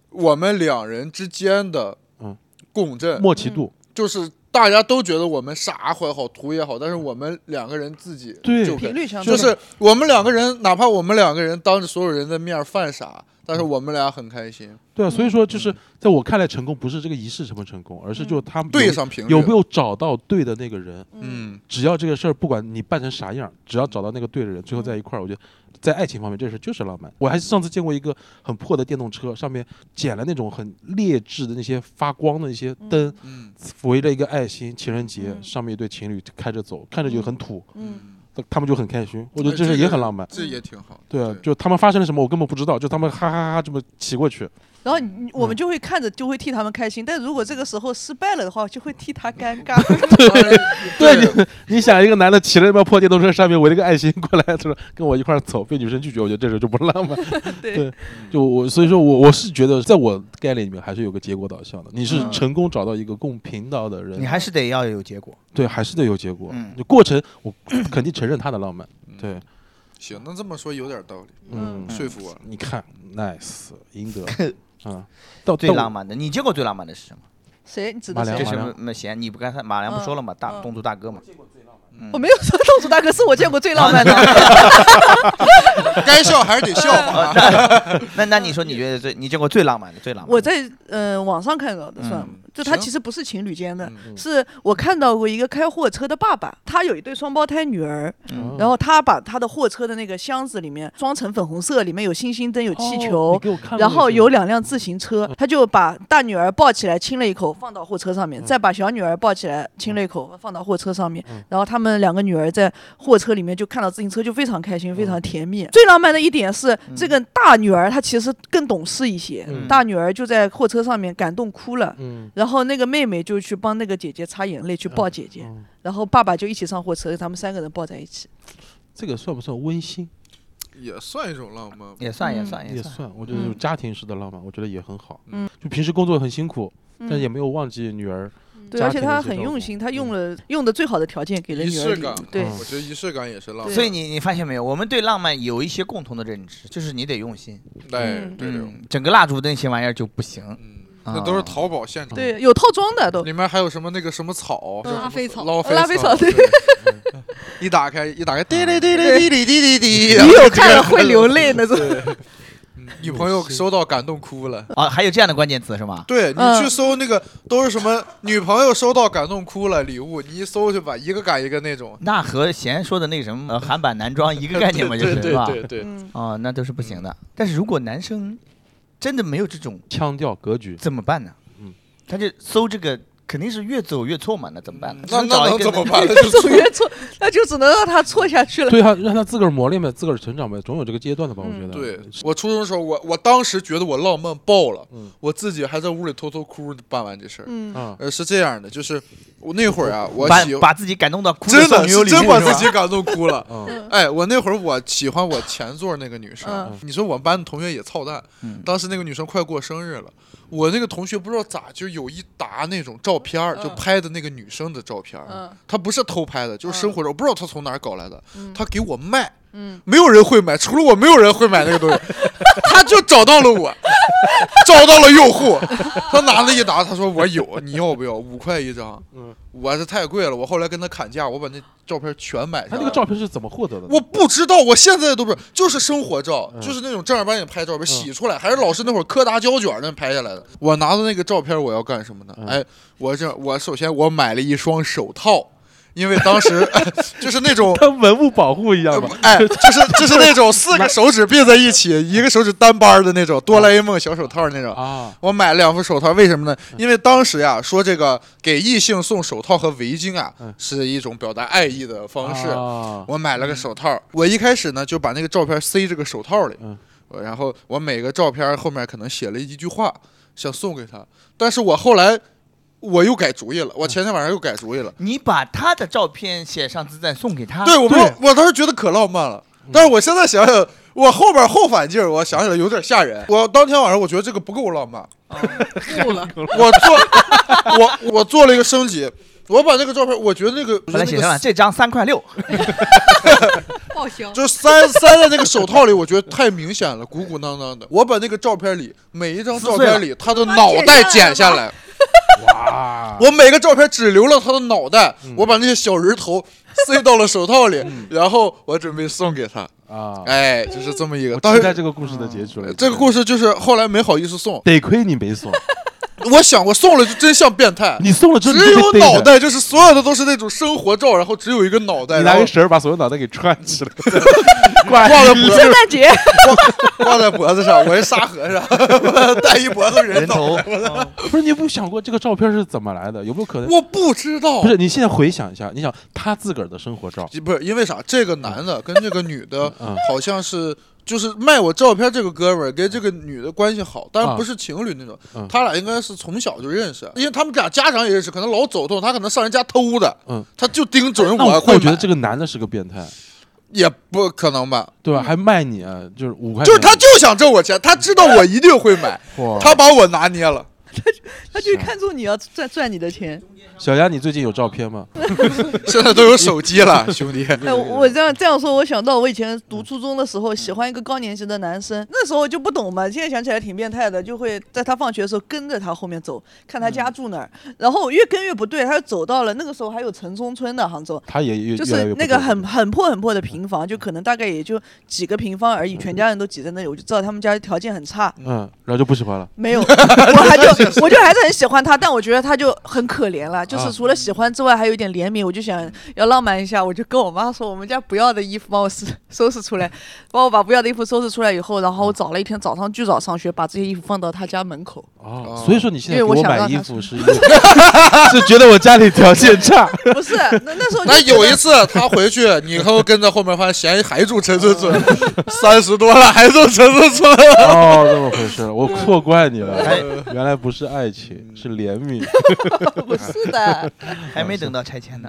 我们两人之间的嗯共振，默契度，嗯就是大家都觉得我们傻也好，土也好，但是我们两个人自己对就可频以率相就当，是我们两个人，哪怕我们两个人当着所有人的面犯傻，但嗯是我们俩很开心，对啊，所以说就是在我看来，成功不是这个仪式成不成功，而是嗯就他们对有上频率有没有找到对的那个人。嗯，只要这个事儿，不管你办成啥样，只要找到那个对的人，最嗯后在一块儿，我觉得在爱情方面这事儿就是浪漫。我还上次见过一个很破的电动车，上面剪了那种很劣质的那些发光的那些灯，嗯围了一个爱心，情人节嗯上面一对情侣开着走，看着就很土，嗯，他们就很开心，我觉得哎这这事也个很浪漫。啊这也挺好。对啊，就他们发生了什么我根本不知道，就他们哈哈哈哈这么骑过去，然后你我嗯们就会看着，就会替他们开心。但如果这个时候失败了的话，就会替他 尴尬。 对你， 你想一个男的骑着那辆破电动车，上面围了个爱心过来，他说跟我一块儿走，被女生拒绝，我觉得这事就不浪漫。对，就我，所以说我我是觉得，在我概念里面还是有个结果导向的。你是嗯成功找到一个共频道的人， 你还是得要有结果。对，还是得有结果。嗯就过程，我 肯定承认他的浪漫。嗯对，行，那这么说有点道理，嗯，说服我了。你看，nice，赢得啊，到最浪漫，漫的，你见过最浪漫的是什么？谁？你指马的良这谁马？是没贤，你不刚才马良不说了嘛，大嗯侗族大哥嘛，我没有说洞主大哥是我见过最浪漫的。 该笑还是得笑嘛。嗯那那你说你觉得最你见过最浪漫的最浪漫我的？在呃网上看到的算吗，就他行其实不是情侣间的，啊嗯是我看到过一个开货车的爸爸，他有一对双胞胎女儿，嗯然后他把他的货车的那个箱子里面装成粉红色，里面有星星灯、哦有气球，然后有两辆自行车，嗯他就把大女儿抱起来亲了一口，放到货车上嗯面，再把小女儿抱起来亲了一口，放到货车上面。然后他们两个女儿在货车里面就看到自行车，就非常开嗯心，非常甜蜜。最浪漫的一点是，这个大女儿她其实更懂事一些，嗯大女儿就在货车上面感动哭了。嗯，然后那个妹妹就去帮那个姐姐擦眼泪，去抱姐姐，嗯然后爸爸就一起上货车，他们三个人抱在一起。这个算不算温馨？ 也算一种浪漫吧。也算也嗯算也算。算，我觉得有家庭式的浪漫，我觉得也很好。嗯，就平时工作很辛苦，但嗯也没有忘记女儿。对，家而且庭的他一些嗯很照用顾心，他用了用的最好的条件给了仪女儿式礼感物，，对，嗯我觉得仪式感也是浪漫。对所以你你发现没有，我们对浪漫有一些共同的认知，就是你得用心。哎，嗯对的，嗯，整个蜡烛那些玩意儿就不行。嗯，啊那都是淘宝现成的，对，有套装的都。里面还有什么那个什么草，嗯叫什么拉菲草拉拉菲草对对。 嗯一打开，一打开，滴哩滴哩滴哩滴哩 滴。你有看了会流泪那种，嗯女朋友收到感动哭了。哦，还有这样的关键词是吗？对你嗯去搜那个都是什么女朋友收到感动哭了礼物，你一搜去吧，一个赶一个那种。那和贤说的那个什么呃韩版男装一个概念 嘛，就对是是对吧？对对，嗯，哦，那都是不行的。但是如果男生真的没有这种，腔调格局，怎么办呢？嗯，他就搜这个，肯定是越走越错嘛，那怎么办呢？嗯那只那找一能个怎么能？办？ 越走越错，那就只能让他错下去了。 对啊，让他自个儿磨练呗，自个儿成长呗，总有这个阶段的吧？我嗯觉得。嗯对我初中的时候，我我当时觉得我浪漫爆了，嗯我自己还在屋里偷偷哭办完这事儿。嗯，啊， 呃，是这样的，就是我那会儿啊，我把喜把自己感动到哭真送的女友是礼物真把自是吧己感动哭了。嗯，哎，我那会儿我喜欢我前座那个女生，嗯你说我们班的同学也操蛋，嗯当时那个女生快过生日了，我那个同学不知道咋就有一沓那种照片儿，就嗯拍的那个女生的照片儿，嗯她不是偷拍的，就是生活中、我不知道她从哪儿搞来的，嗯她给我卖，嗯没有人会买，除了我没有人会买那 个东西，她就找到了我，找到了用户，她拿了一沓，她说我有，你要不要？五块一张，嗯我这太贵了，我后来跟她砍价，我把那照片全买他下那来个了。照片是怎么获得的呢？嗯我不知道，我现在都不是，就是生活照，嗯就是那种正儿八经拍照片，洗出来，还是老师那会儿柯达胶卷那拍下来的。我拿到那个照片，我要干什么呢？嗯哎，我这我首先我买了一双手套，因为当 时就是那种。 跟文物保护一样吧？哎，就是就是那种四个手指并在一起，一个手指单掰儿的那种哆啦嗯 A 梦小手套那种。啊，我买了两副手套，为什么呢？嗯因为当时呀，说这个给异性送手套和围巾啊嗯，是一种表达爱意的方式。啊我买了嗯个手套，我一开始呢就把那个照片塞这个手套里嗯，呃然后我每个照片后面可能写了一句话，想送给他，但是我后来我又改主意嗯了，我前天晚上又改主意了，你把他的照片写上字再送给他，对我不，我当时觉得可浪漫了，嗯但是我现在想想。我后边后反劲儿，我想起来有点吓嗯人。我当天晚上我觉得这个不够浪漫，够 了，我做我我做了一个升级，我把那个照片，我觉得那个把它写那个上了这张三块六，报销。 就塞塞在那个手套里，我觉得太明显了，鼓鼓囊囊的。我把那个照片里每一张照片里他的脑袋剪下来，哇，我每个照片只留了他的脑袋，嗯我把那些小人 头塞到了手套里，然后我准备送给他。啊，哎，就是这么一个。我当期待时这个故事的结局了。这个故事就是后来没好意思送，得亏你没送，我想我送了就真像变态。你送了之后你只就有被逮着脑，袋，就是所有的都是那种生活照，然后只有一个脑袋，你然拿后个绳儿把所有脑袋给串 起来，挂在脖圣诞 节挂在脖子上，我是沙和 尚，戴一脖子人人头。头， 不是你有没有想过这个照片是怎么来的？有没有可能？我不知道， 不是，你现在回想一下，你想他自个儿的生活照，不是因为啥？这个男的跟这个女的 嗯好像是就是卖我照片这个哥们儿跟这个女的关系好，但啊是不是情侣那种，嗯他俩应该是从小就认识，因为他们俩家长也认识，可能老走动，他可能上人家偷的，嗯，他就盯准那我会买我觉得这个男的是个变态，也不可能吧，对吧？还卖你，啊就是五块嗯钱，就是他就想挣我钱，他知道我一定会买，哇他把我拿捏 了。他就看中你要赚赚你的钱。小丫，你最近有照片吗？现在都有手机 了，兄弟，哎，我我这样这样说，我想到我以前嗯读初中的时候，喜欢一个高年级的男生，那时候就不懂嘛，现在想起来挺变态的，就会在他放学的时候跟着他后面走，看他嗯家住哪儿，然后越跟越不对，他就走到了那个时候还有城中村的杭州。他也越就越来越是不嗯那个对很很破很破的平房，就可能大概也就几个平方而已，全家人都挤在那里，我就知道他们家条件很差。嗯，然后就不喜欢了。没 有，我还就我就还是很喜欢他，但我觉得他就很可怜了，就啊嗯是除了喜欢之外，还有一点怜悯。我就想要浪漫一下，我就跟我妈说，我们家不要的衣服帮我收收拾出来，帮我把不要的衣服收拾出来以后，然后嗯我找了一天早上巨早上学，把这些衣服放到他家门 口。哦，所以说你现在给因为我想买让衣他服是因 为是觉得我家里条件差，不是，那那时候就那觉得有一次他回去，你看我跟在后面，发现嫌疑还住陈村村，哦三十多了还住陈村村，哦，这么回事儿，我错怪你哦了，哎原来不是爱嗯情，是怜悯。 不是的，还没等到拆 迁呢，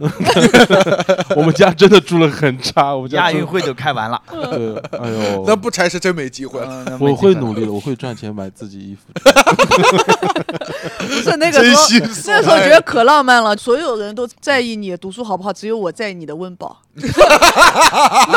我们家真的住了很差，我们家亚真运会都开完了。嗯对，哎呦，那不拆是真没机会了。哦嗯那没我机会会了努力的，我会赚钱买自己 衣服。不是那个时候，那时候觉得可浪漫了，所有人都在意你读书好不好，只有我在意你的温饱。 懂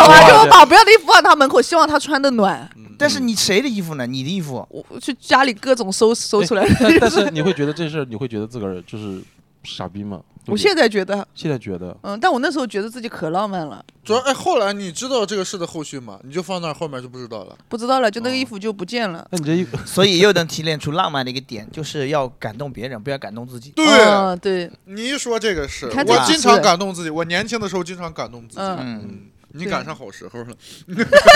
吗？就我把不要的衣服放他门口，希望他穿的暖。但是你谁的衣服呢？你的衣服，我我去家里各种搜搜出来的。但但是你会觉得这事儿，你会觉得自个儿就是傻逼吗？对 不我对现在觉得，现在觉得，嗯，但我那时候觉得自己可浪漫了，主要哎，后来你知道这个事的后续吗？你就放那儿，后面就不知道了。不知道了，就那个哦衣服就不见了。那你这衣服所以又能提炼出浪漫的一个点，就是要感动别人，不要感动自己。对，嗯，对，你一说这个事，你看这我个经是常感动自己。我年轻的时候经常感动自己。嗯嗯，你赶上好时候了。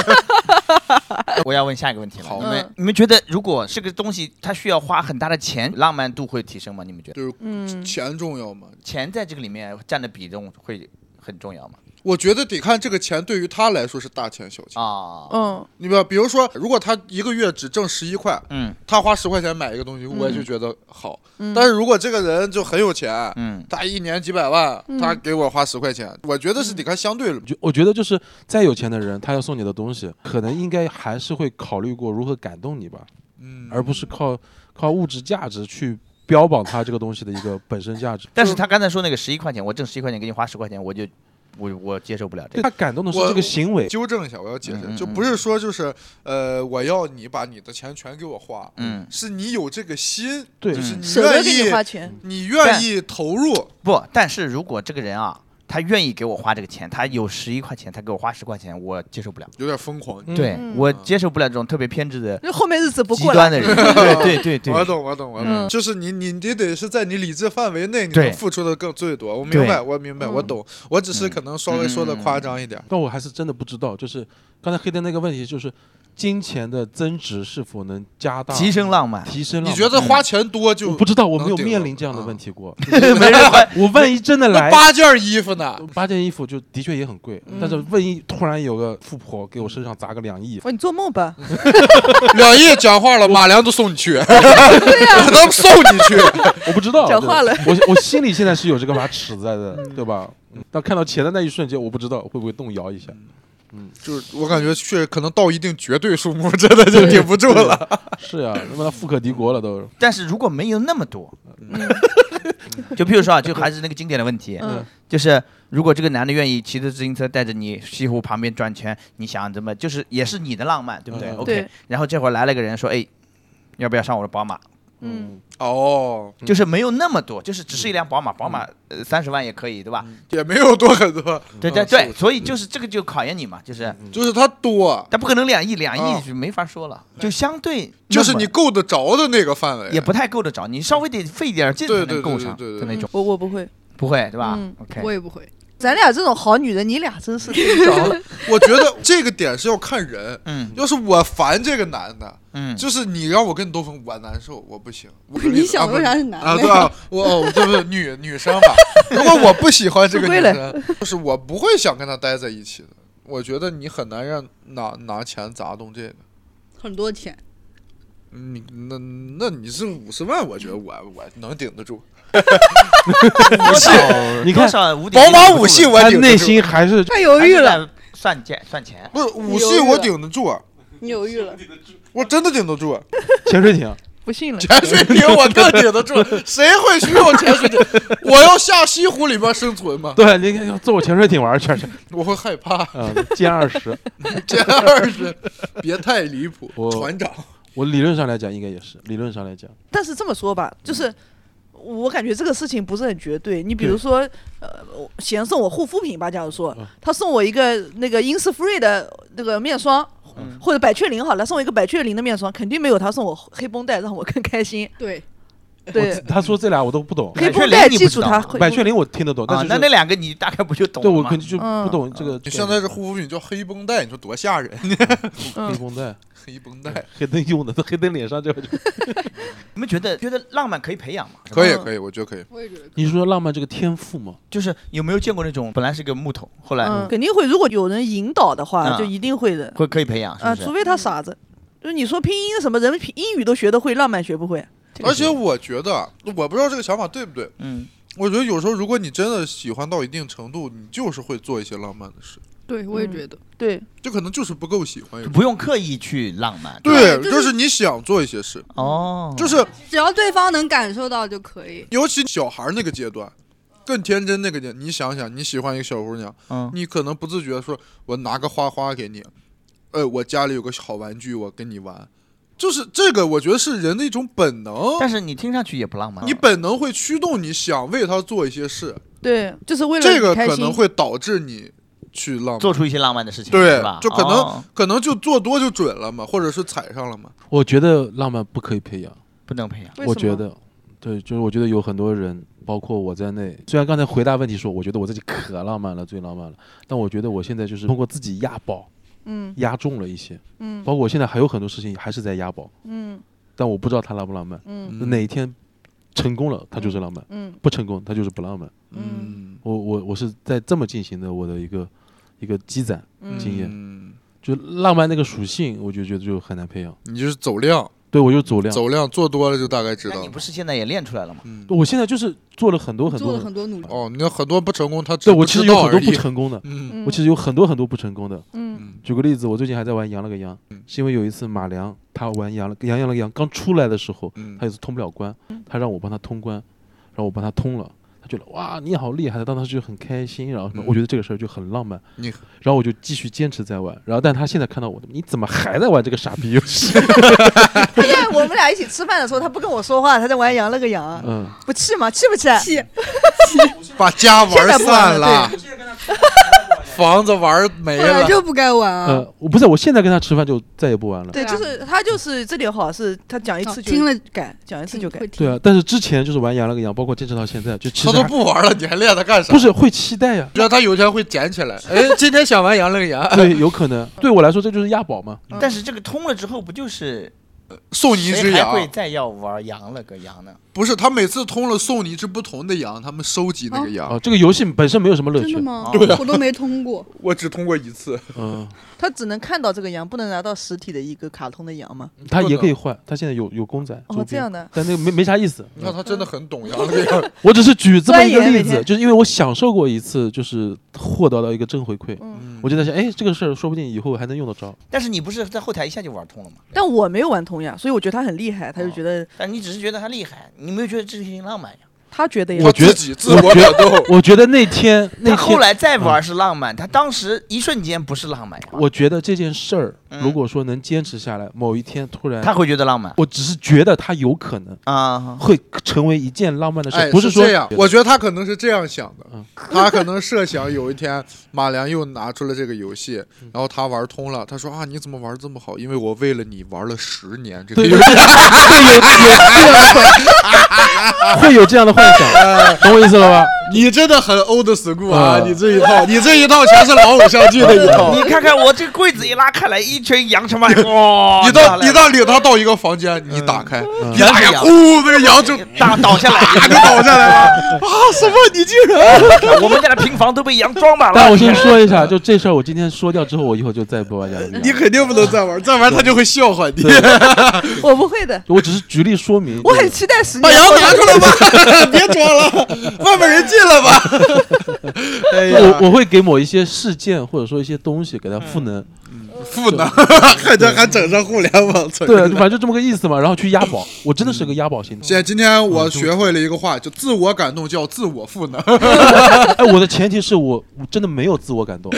我要问下一个问题了。好你们嗯你们觉得，如果这个东西它需要花很大的钱，浪漫度会提升吗？你们觉得就是嗯，钱重要吗？钱在这个里面占的比重会很重要吗？我觉得得看这个钱对于他来说是大钱小钱。啊，嗯，你比比如说，如果他一个月只挣十一块，嗯他花十块钱买一个东西，嗯我就觉得好。嗯但是如果这个人就很有钱，嗯，他一年几百万，嗯他给我花十块钱，我觉得是得看相对了。就我觉得就是再有钱的人，他要送你的东西，可能应该还是会考虑过如何感动你吧，嗯而不是靠靠物质价值去标榜他这个东西的一个本身价值。但是他刚才说那个十一块钱，我挣十一块钱给你花十块钱，我就我我接受不了这对个。他感动的是我这个行为，纠正一下，我要解释，嗯嗯就嗯不是说就是呃，我要你把你的钱全给我花，嗯是你有这个心，对嗯就是你舍得愿给你意，嗯花钱，你愿意投入，不，但是如果这个人啊，他愿意给我花这个钱，他有十一块钱，他给我花十块钱，我接受不了。有点疯狂。嗯对、嗯我接受不了这种特别偏执的那后面日子不极过端了。的人。对对 对对，我懂，我懂，我懂，嗯就是你，你，你得是在你理智范围内，你对能付出的更最多。我对明白，我明白，嗯我懂。我只是可能稍微说的夸张一点。但我还是真的不知道，就是刚才黑的那个问题，就是金钱的增值是否能加大提升浪漫。提升浪你漫？觉得花钱多就嗯我不知道，我能没有顶面了临这样的啊问题 过。没人会我万一真的那来八件衣服啊呢？八件衣服，就的确也很贵，嗯但是万一突然有个富婆给我身上砸个两 亿，哦哇，你做梦吧！两亿讲话了，马良都送你 去，可 能送你去。我不知道讲话对了我我心里现在是有这个把尺在的，对吧？嗯但看到钱的那一瞬间，我不知道会不会动摇一下。嗯就是我感觉确实可能到一定绝对数目， 真的就顶不住了。是呀、那么他富可敌国了都。但是如果没有那么多， 就譬如说啊，就还是那个经典的问题，嗯就是如果这个男的愿意骑着自行车带着你西湖旁边转圈，你想怎么就是也是你的浪漫，对不对嗯？OK 对。然后这会儿来了个人说，哎，要不要上我的宝马？嗯，哦，嗯就是没有那么多，就是只是一辆嗯宝马，宝马呃三十万也可以，对吧？也没有多很多，对对嗯对，是嗯所以就是这个就考验你嘛，就是就是它多，但不可能两亿，两啊亿就没法说了，就相对就是那么你够得着的那个范围。也不太够得着，你稍微得费点劲才对能对对够上对对的那种，我我不会，不会对吧嗯？OK，我也不会。咱俩这种好女人，你俩真是 够着了。 我觉得这个点是要看人。嗯要是我烦这个男的，嗯，就是你让我跟你斗争，我难受，我不行。我你想为啥是男的啊？对啊，我哦，对不对？女女生吧，如果我不喜欢这个不女归类生，就是我不会想跟她待在一起的。我觉得你很难让拿拿钱砸动这个。 很多钱，你那那你是五十万，我觉得我我能顶得住。多少 你多看少五宝点马一五系我他顶得内住，心还是太犹豫了，，算钱算钱，不是五犹系豫我了顶得住，啊你犹豫了，我真的顶得住。啊潜 水艇，不信了。 潜水 艇我更顶得住，谁会去用潜水艇？我要下西湖里边生存吗？对，你看坐我潜水歼艇玩儿去去，我会害怕。嗯，歼二十，这二是别太离谱我。船长，我理论上来讲应该也是，理论上来讲，但是这么说吧，就是我感觉这个事情不是很绝对。你比如说，呃，我贤送我护肤品吧，假如说嗯他送我一个那个 Innisfree 的那个面霜。或者百雀羚好了，送我一个百雀羚的面霜，肯定没有他送我黑绷带让我更开心。对，对，他说这俩我都不懂，黑百雀绷羚带你记不知住道它啊会。百雀羚我听哦得懂，但啊是，就那那两个你大概不就懂对了我吗肯定就不嗯懂这个。你现在这护肤品叫黑绷带，你说多吓人？啊黑绷带，黑绷带黑灯用的，黑灯脸上这个就。你们觉得觉得浪漫可以培养吗？可以嗯可以，我觉得可以。我也觉得你说浪漫这个天赋吗？就是有没有见过那种本来是个木头，后来嗯，肯定会。如果有人引导的话，啊就一定会的。会可以培养，是啊，不是除？非他傻子。就是你说拼音什么人拼英语都学得会，浪漫学不会。这个而且是我觉得啊，我不知道这个想法对不对。嗯，我觉得有时候，如果你真的喜欢到一定程度，你就是会做一些浪漫的事，对，我也觉得，对，就可能就是不够喜欢有就时候。不用刻意去浪漫。对，就是就是你想做一些事，哦，就是只要对方能感受到就可以。尤其小孩儿那个阶段，更天真那个阶段，你想想，你喜欢一个小姑娘，嗯你可能不自觉说，我拿个花花给你，呃，我家里有个好玩具，我跟你玩，就是这个，我觉得是人的一种本能，但是你听上去也不浪漫。啊你本能会驱动你想为他做一些事，对，就是为了这个你开可心能会导致你去浪做漫，出一些浪漫的事情，对是吧？就可能哦可能就做多就准了嘛，或者是踩上了嘛，我觉得浪漫不可以培养。不能培养。为我什觉么得，对，就是我觉得有很多人，包括我在内，虽然刚才回答问题说，我觉得我自己可浪漫了，最浪漫了，但我觉得我现在就是通过自己压宝，嗯压中了一些，嗯包括我现在还有很多事情还是在压宝，嗯但我不知道它浪不浪漫。嗯嗯哪一天成功了，它就是浪漫；嗯不成功，它就是不浪漫。嗯我我我是在这么进行的我的一个一个积攒，嗯经验嗯，就浪漫那个属性，我就觉得就很难培养。你就是走量，对我就走量，走量做多了就大概知那道你了不。是现在也练出来了吗？嗯我现在就是做了很多很做多了，很多努力，哦，你有很多不成功，他只对是不我其知实有道很多而不已。成功的，嗯嗯我其实有很多很多不成功的。嗯嗯举个例子，我最近还在玩羊了个羊，是因为有一次马良他玩羊了羊羊了个羊刚出来的时候，嗯他有一次通不了关，他让我帮他通关，然后我帮他通了，他觉得哇你好厉害，他当时就很开心，然后什么嗯我觉得这个事儿就很浪漫，你然后我就继续坚持在玩，然后但他现在看到我，你怎么还在玩这个傻逼游 戏？他现在我们俩一起吃饭的时候，他不跟我说话，他在玩羊了个羊，嗯，不气吗？气不气？气把家玩现在不玩散了了， 房子玩没本来了，嗯就不该玩啊，呃，我不是，我现在跟他吃饭就再也不玩了。 对，哦对啊就是他就是这点好，是他讲一次就听了改，讲一次就改啊会。对听啊，但是之前就是玩羊了个羊，包括坚持到现在，就其他实都还不玩了，你还练它干啥？不，是会期待呀、让他有一天会捡 起来。哎，今天想玩羊了个羊，对，有可能对我来说这就是押宝嘛。但是这个通了之后，不就是送你一只谁还会羊，再要玩羊了个羊呢？不是他每次通了送你一只不同的羊，他们收集那个啊、羊。这个游戏本身没有什么乐真趣的。吗？啊对我都没 通过，我只通过一次，嗯、他只能看到这个羊，不能拿到实体的一个卡通的羊吗？他嗯也可以换，他现在有有公仔周哦边，这样的但那个没没啥意思。呃你看他真的很懂羊了嗯个羊。我只是举这么一个钻研每例子，天就是因为我享受过一次，就是获得到一个正回馈，嗯我就在想，哎，这个事儿说不定以后还能用得着。但是你不是在后台一下就玩通了吗？但我没有玩通呀，所以我觉得他很厉害，他就觉得但你只是觉得他厉害，你没有觉得这事情浪漫呀？他觉得呀我觉得自己自我打斗。我觉得那天那他后天，来再玩是浪漫，他当时一瞬间不是浪漫呀，我觉得这件事儿嗯如果说能坚持下来，某一天突然，他会觉得浪漫我只是觉得它有可能啊。会成为一件浪漫的事哎，儿，不是说这样，我觉得他可能是这样想的嗯， 他可能设想有一天马良又拿出了这个游戏，嗯然后他玩通了，他说啊你怎么玩这么好？因为我为了你玩了十年这个对游有戏。会有有这样的会有这样的幻想，懂我意思了吧？你真的很 old school 啊！啊你这一套，你这一套全是老偶像剧的一哦套。你看看我这柜子一拉开来，一群羊 什么，嗯哇！你到你到领他到一个房间，你打开，一打开，嗯呼，那个羊就大倒 下啪来，就倒下来了。嗯啊我们家的平房都被羊装满但我了。先说一下，就这事儿，我今天说掉之后，我以后就再也不玩养鱼了。你肯定不能再玩，再玩他就会笑话你。 我不会的，我只是举例说明。我很就是期待十哦把年羊后拿出 来吧，别装了，外面人进来吧。哎呀，我我会给某一些事件或者说一些东西给它赋能，负能， 还这还整上互联网，整对，反正就这么个意思嘛。然后去押宝，我真的是个押宝型。姐，今天我学会了一个话，就自我感动叫自我赋 能。哎，我的前提是我我真的没有自我感动，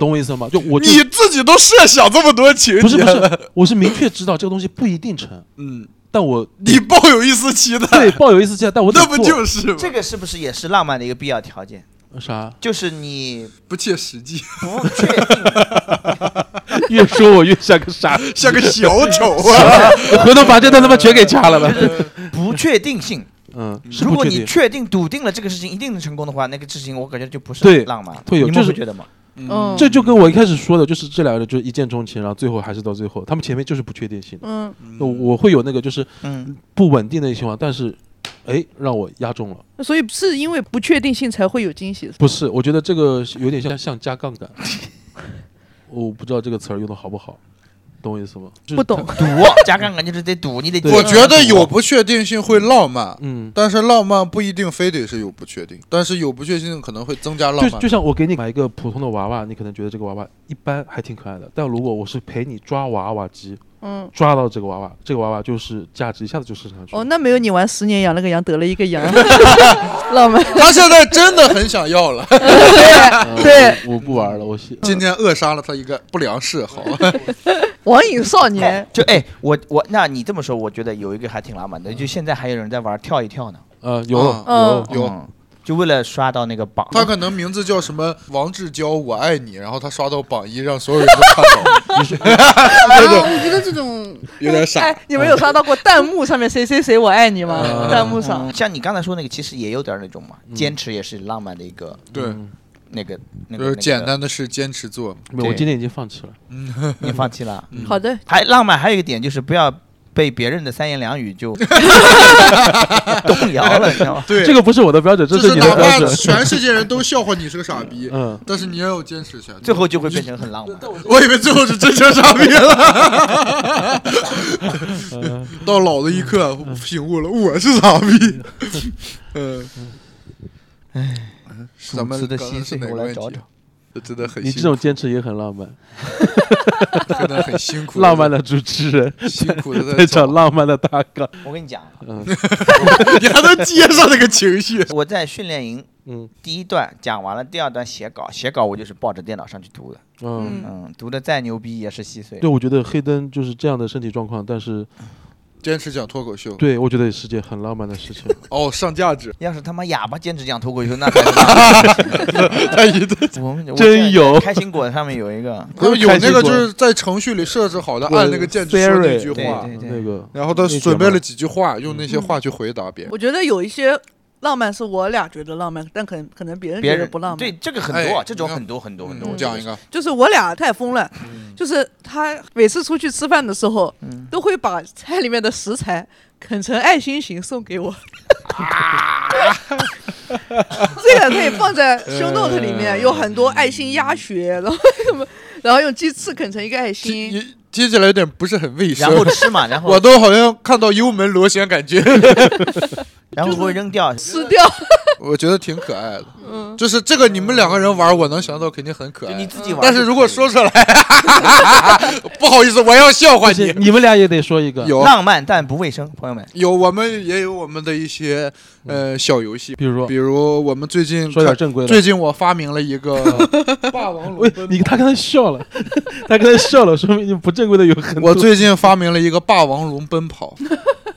懂我意思吗？就我就嗯你自己都设想这么多情不是节不了，是，我是明确知道这个东西不一定成，嗯，但我你抱有一丝期对待，抱有一丝期待，但我得那不做就是吗这个是不是也是浪漫的一个必要条件？啥？就是你不切实际，不 确定，越说我越像个 傻逼，像个小丑 啊！我回头把这段他妈全给掐了吧。不确定性。 嗯，是如不果确你定。确定笃定了这个事情一定能成功的话，那个事情我感觉就不是对浪漫。会有你就们是会觉得吗？嗯，这就跟我一开始说的，就是这两个人就是一见钟情，然后最后还是到最后，他们前面就是不确定性的。嗯我我会有那个就是嗯，不稳定的情况，但是，哎，让我压中了。所以是因为不确定性才会有惊喜。不是，我觉得这个是有点像像加杠杆。 我不知道这个词儿用的好不好，懂我意思吗？就是不懂它。赌 加杠杆就是得赌，你得对我接觉得有不确定性会浪漫，嗯，但是浪漫不一定非得是有不确定，但是有不确定性可能会增加浪就漫就。像我给你买一个普通的娃娃，你可能觉得这个娃娃一般，还挺可爱的。但如果我是陪你抓娃娃机，嗯，抓到这个娃娃，这个娃娃就是价值一下子就升上去了。哦，那没有你玩十年养了个羊得了一个羊， 浪漫。他现在真的很想要了， 嗯对，啊我我不玩了，我是今天扼杀了他一个不良嗜好。 网瘾少年，就哎，我我那你这么说，我觉得有一个还挺浪漫的，就现在还有人在玩跳一跳呢，呃有了有嗯了有嗯就为了刷到那个榜。他可能名字叫什么王志娇，我爱你，然后他刷到榜一，让所有人都看到。啊，我觉得这种 有点傻。哎，你们有刷到过弹幕上面谁谁谁我爱你吗？弹幕上嗯嗯像你刚才说那个，其实也有点那种嗯嘛，坚持也是浪漫的一个对，嗯那个那个。就是那个简，单的事坚持做嘛。嗯没有，我对今天已经放弃了。你放弃了。好的，还浪漫还有一个点就是不要被别人的三言两语就 动摇了，你知道吗？对这个不是我的标准，这就是你哪的标怕准。全世界人都笑话你是个傻逼，嗯，但是你也要坚持下去。最后就会变成很浪漫。我以为最后是真成傻逼了，到老的一刻醒悟了，我是傻逼。嗯，哎，咱们主持的刚刚心是情哪个我来问找题找？。这真的很你这辛种坚持也很浪漫，苦，真的很辛苦，浪漫的主持人辛苦的在找浪漫的大嗯纲。我跟你讲，啊 你还能接上那个情绪。我在训练营嗯第一段讲完了，第二段写稿，写稿我就是抱着电脑上去读的，嗯，嗯，嗯，读的再牛逼也是稀碎对，。我觉得黑灯就是这样的身体状况，但是坚持讲脱口秀，对我觉得也是件很浪漫的事情。哦，上价值，要是他妈哑巴坚持讲脱口秀，那才是浪漫 他一顿。我们我真现在有开心果上面有一个，不是有那个就是在程序里设置好的，按那个键去说那句对话对，对那个然后他准备了几句话，用那些话去回答别人。我觉得有一些浪漫是我俩觉得浪漫，但可能可能别人别觉得人不浪漫。对，这个很哎多，这种你看嗯很多很多很多。我讲一个，就是我俩太疯了，嗯就是他每次出去吃饭的时候，都会把菜里面的食材啃成爱心形送给 我。这个可以放在嗯 show note 里面，有很多爱心鸭血，然后什么，然后用鸡翅啃成一个爱听心。也听起来有点不是很卫生然。后吃嘛，然我后都好像看到幽门螺旋杆菌，然后会扔掉，吃掉，我觉得挺可爱的。 就是这个你们两个人玩，我能想到肯定很可就你爱。自己玩。但是如果说出来， 不好意思，我要笑话而且你。你们俩也得说一个，有浪漫但不卫生，朋友们，有，我们也有我们的一些呃小游戏，比如说比如我们最近说点看正规的哦最。近我发明了一 个霸王喂，你他刚才笑了， 他刚才笑了，说明你不正规的有很 多。我最近发明了一个霸王龙奔跑，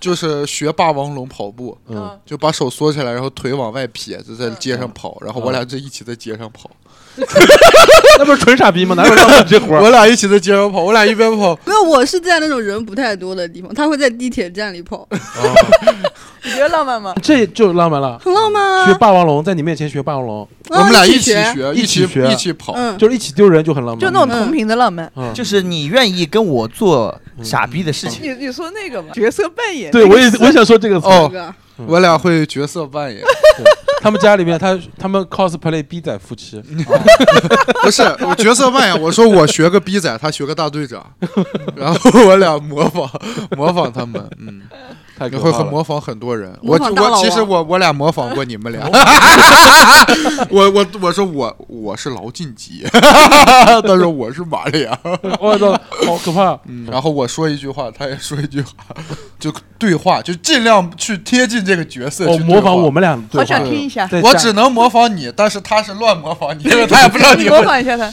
就是学霸王龙跑步，嗯，就把手缩起来，然后腿往外撇，就在街上跑，然后我俩就一起在街上跑，那不是纯傻逼吗？哪有浪漫这活儿？我俩一起在街上跑，我俩一边跑，没有，我是在那种人不太多的地方，他会在地铁站 里跑，你觉得浪漫吗？嗯这就浪漫了。很浪漫啊。学霸王龙，在你面前学霸王龙，啊我们俩一一起学，学，一一起起学一起跑。嗯，就是一起丢人就很浪漫。就那种同频的浪漫。嗯，就是你愿意跟我做傻逼的事 情，你你说那个嘛，角色扮演。对我也我也想说这个词。哦这，个我俩会角色扮演， 他们家里面，他他们 cosplay 逼仔夫妻，不是我角色扮演。我说我学个逼仔，他学个大队 长，然后我俩模仿模仿他们，嗯，太你可会怕很了。模仿很多人。模我仿大佬我啊其实我我俩模仿过你们俩，哦 我我我说我我是劳晋级， 他说我是马里亚， 我操，好可怕！ 嗯然后我说一句话，他也说一句话，就对话，就尽量去贴近这个角色我去哦模对话仿我。们俩好对嗯话。想听一下，对我下只能模仿你，但是他是乱模仿你，因为他也不知道 你你模 会。仿一下他。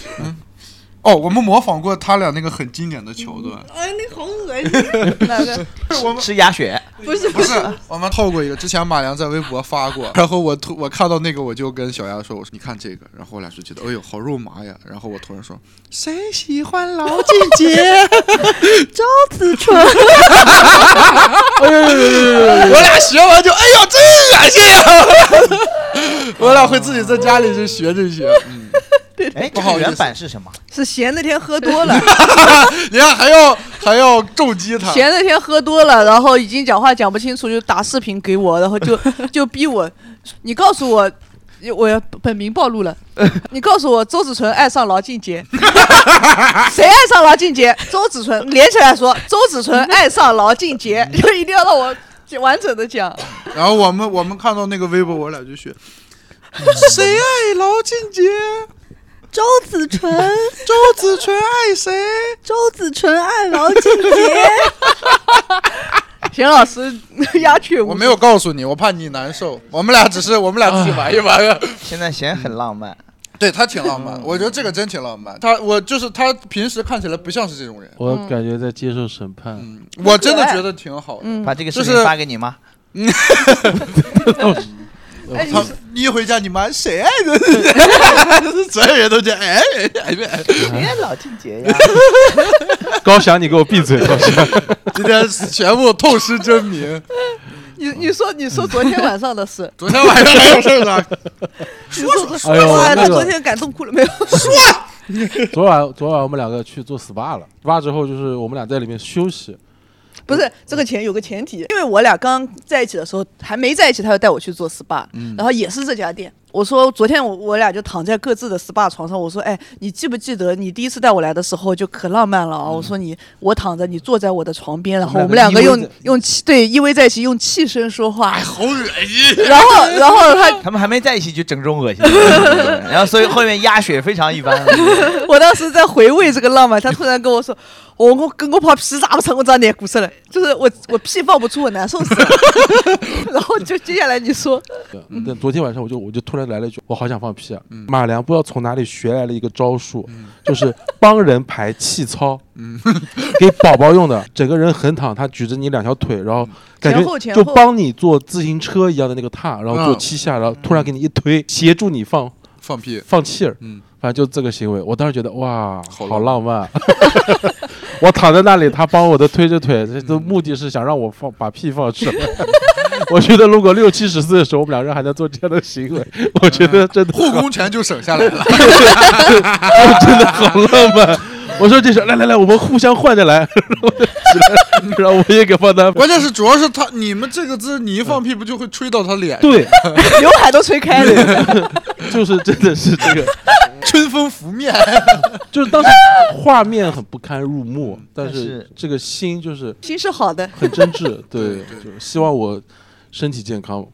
哦，我们模仿过他俩那个很经典的桥段， 哎，那好恶 心，啊哪 个？吃鸭血，不是 不是我们透过一个，之前马良在微博发 过，然后我突我看到那个，我就跟小丫说，我说你看这个，然后我俩就觉得，哎呦，好肉麻呀，然后我突然说，谁喜欢 劳晋杰？自唇，哦我俩学完就，哎呦，真恶心呀！ 我俩会自己在家里就学这 些，嗯，哎，不好意这个思原版是什么？ 是闲那天喝多了，你看还要还要重击 他，闲那天喝多了，然后已经讲话讲不清楚，就打视频给我，然后 就就逼我，你告诉我。我要本名暴 露了，你告诉我周子纯爱上劳晋杰， 谁爱上劳晋杰？周子纯连起来说，周子纯爱上劳晋杰， 就一定要让我完整的讲。然后我们我们看到那个微博，我俩就 学，谁爱劳晋杰？ 周子纯，周子纯爱谁？周子纯爱劳晋杰，邢老师 鸦雀无我声没有告诉你，我怕你难受。我们俩只是我们俩自己玩一玩。啊现在显很浪漫，对他挺浪漫，我觉得这个真挺浪漫。他我就是他平时看起来不像是这种人，我感觉在接受审判。嗯我真的觉得挺好的。把这个视就频是发给你妈。哎你他你一回家，你妈谁爱的？ 所有人都觉得哎哎哎，别老进节呀，高翔，你给我闭嘴！高翔，今天全部痛失真名。你你说你说昨天晚上的事，昨天晚上还有事儿呢， 你说哎呦哎那他个昨天感动哭了没有？ 昨晚昨晚我们两个去做 SPA 了，SPA 之后就是我们俩在里面休息。不是这个前有个前提，因为我俩刚在一起的时候还没在一起，他就带我去做 SPA，、然后也是这家店。我说昨天我我俩就躺在各自的 SPA 床上，我说哎，你记不记得你第一次带我来的时候就可浪漫了啊？我说你我躺着，你坐在我的床边，然后我们两个我们用两个依偎在用气对依偎在一起，用气声说话，好恶心。然后然后他 他们还没在一起就整容恶心，然后所以后面鸭血非常一般。我当时在回味这个浪漫，他突然跟我说：“我我跟我跑屁咋不成？我长难过死了，就是我我屁放不出，我难受死了。” 然后就接下来你说，对，嗯但昨天晚上我就我就突然来了一句，我好想放屁啊！马良不知道从哪里学来了一个招数，嗯就是帮人排气操， 给宝宝用的。整个人横躺，他举着你两条腿，然后感嗯前后觉前就后嗯帮你坐自行车一样的那个踏，然后做七下，然后突然给你一推，协助你放放屁，放气儿。嗯，反正就这个行为，我当时觉得哇，好好浪漫。 我躺在那里，他帮我的推着腿，这都目的是想让我放把屁放出来。 我觉得如果六七十岁的时候，我们两个人还在做这样的行为，我觉得真的护工钱就省下来了。 真的好浪漫。我说这是来来来，我们互相换着来， 然后我也给放他。关键是主要是他你们这个字，你一放屁不就会吹到他脸？，对，刘海都吹开了。就是真的是这个，春风拂面。 就是当时画面很不堪入目，但但是是这个心就是心是好的，很真 挚。对，对对就是希望我身体健康，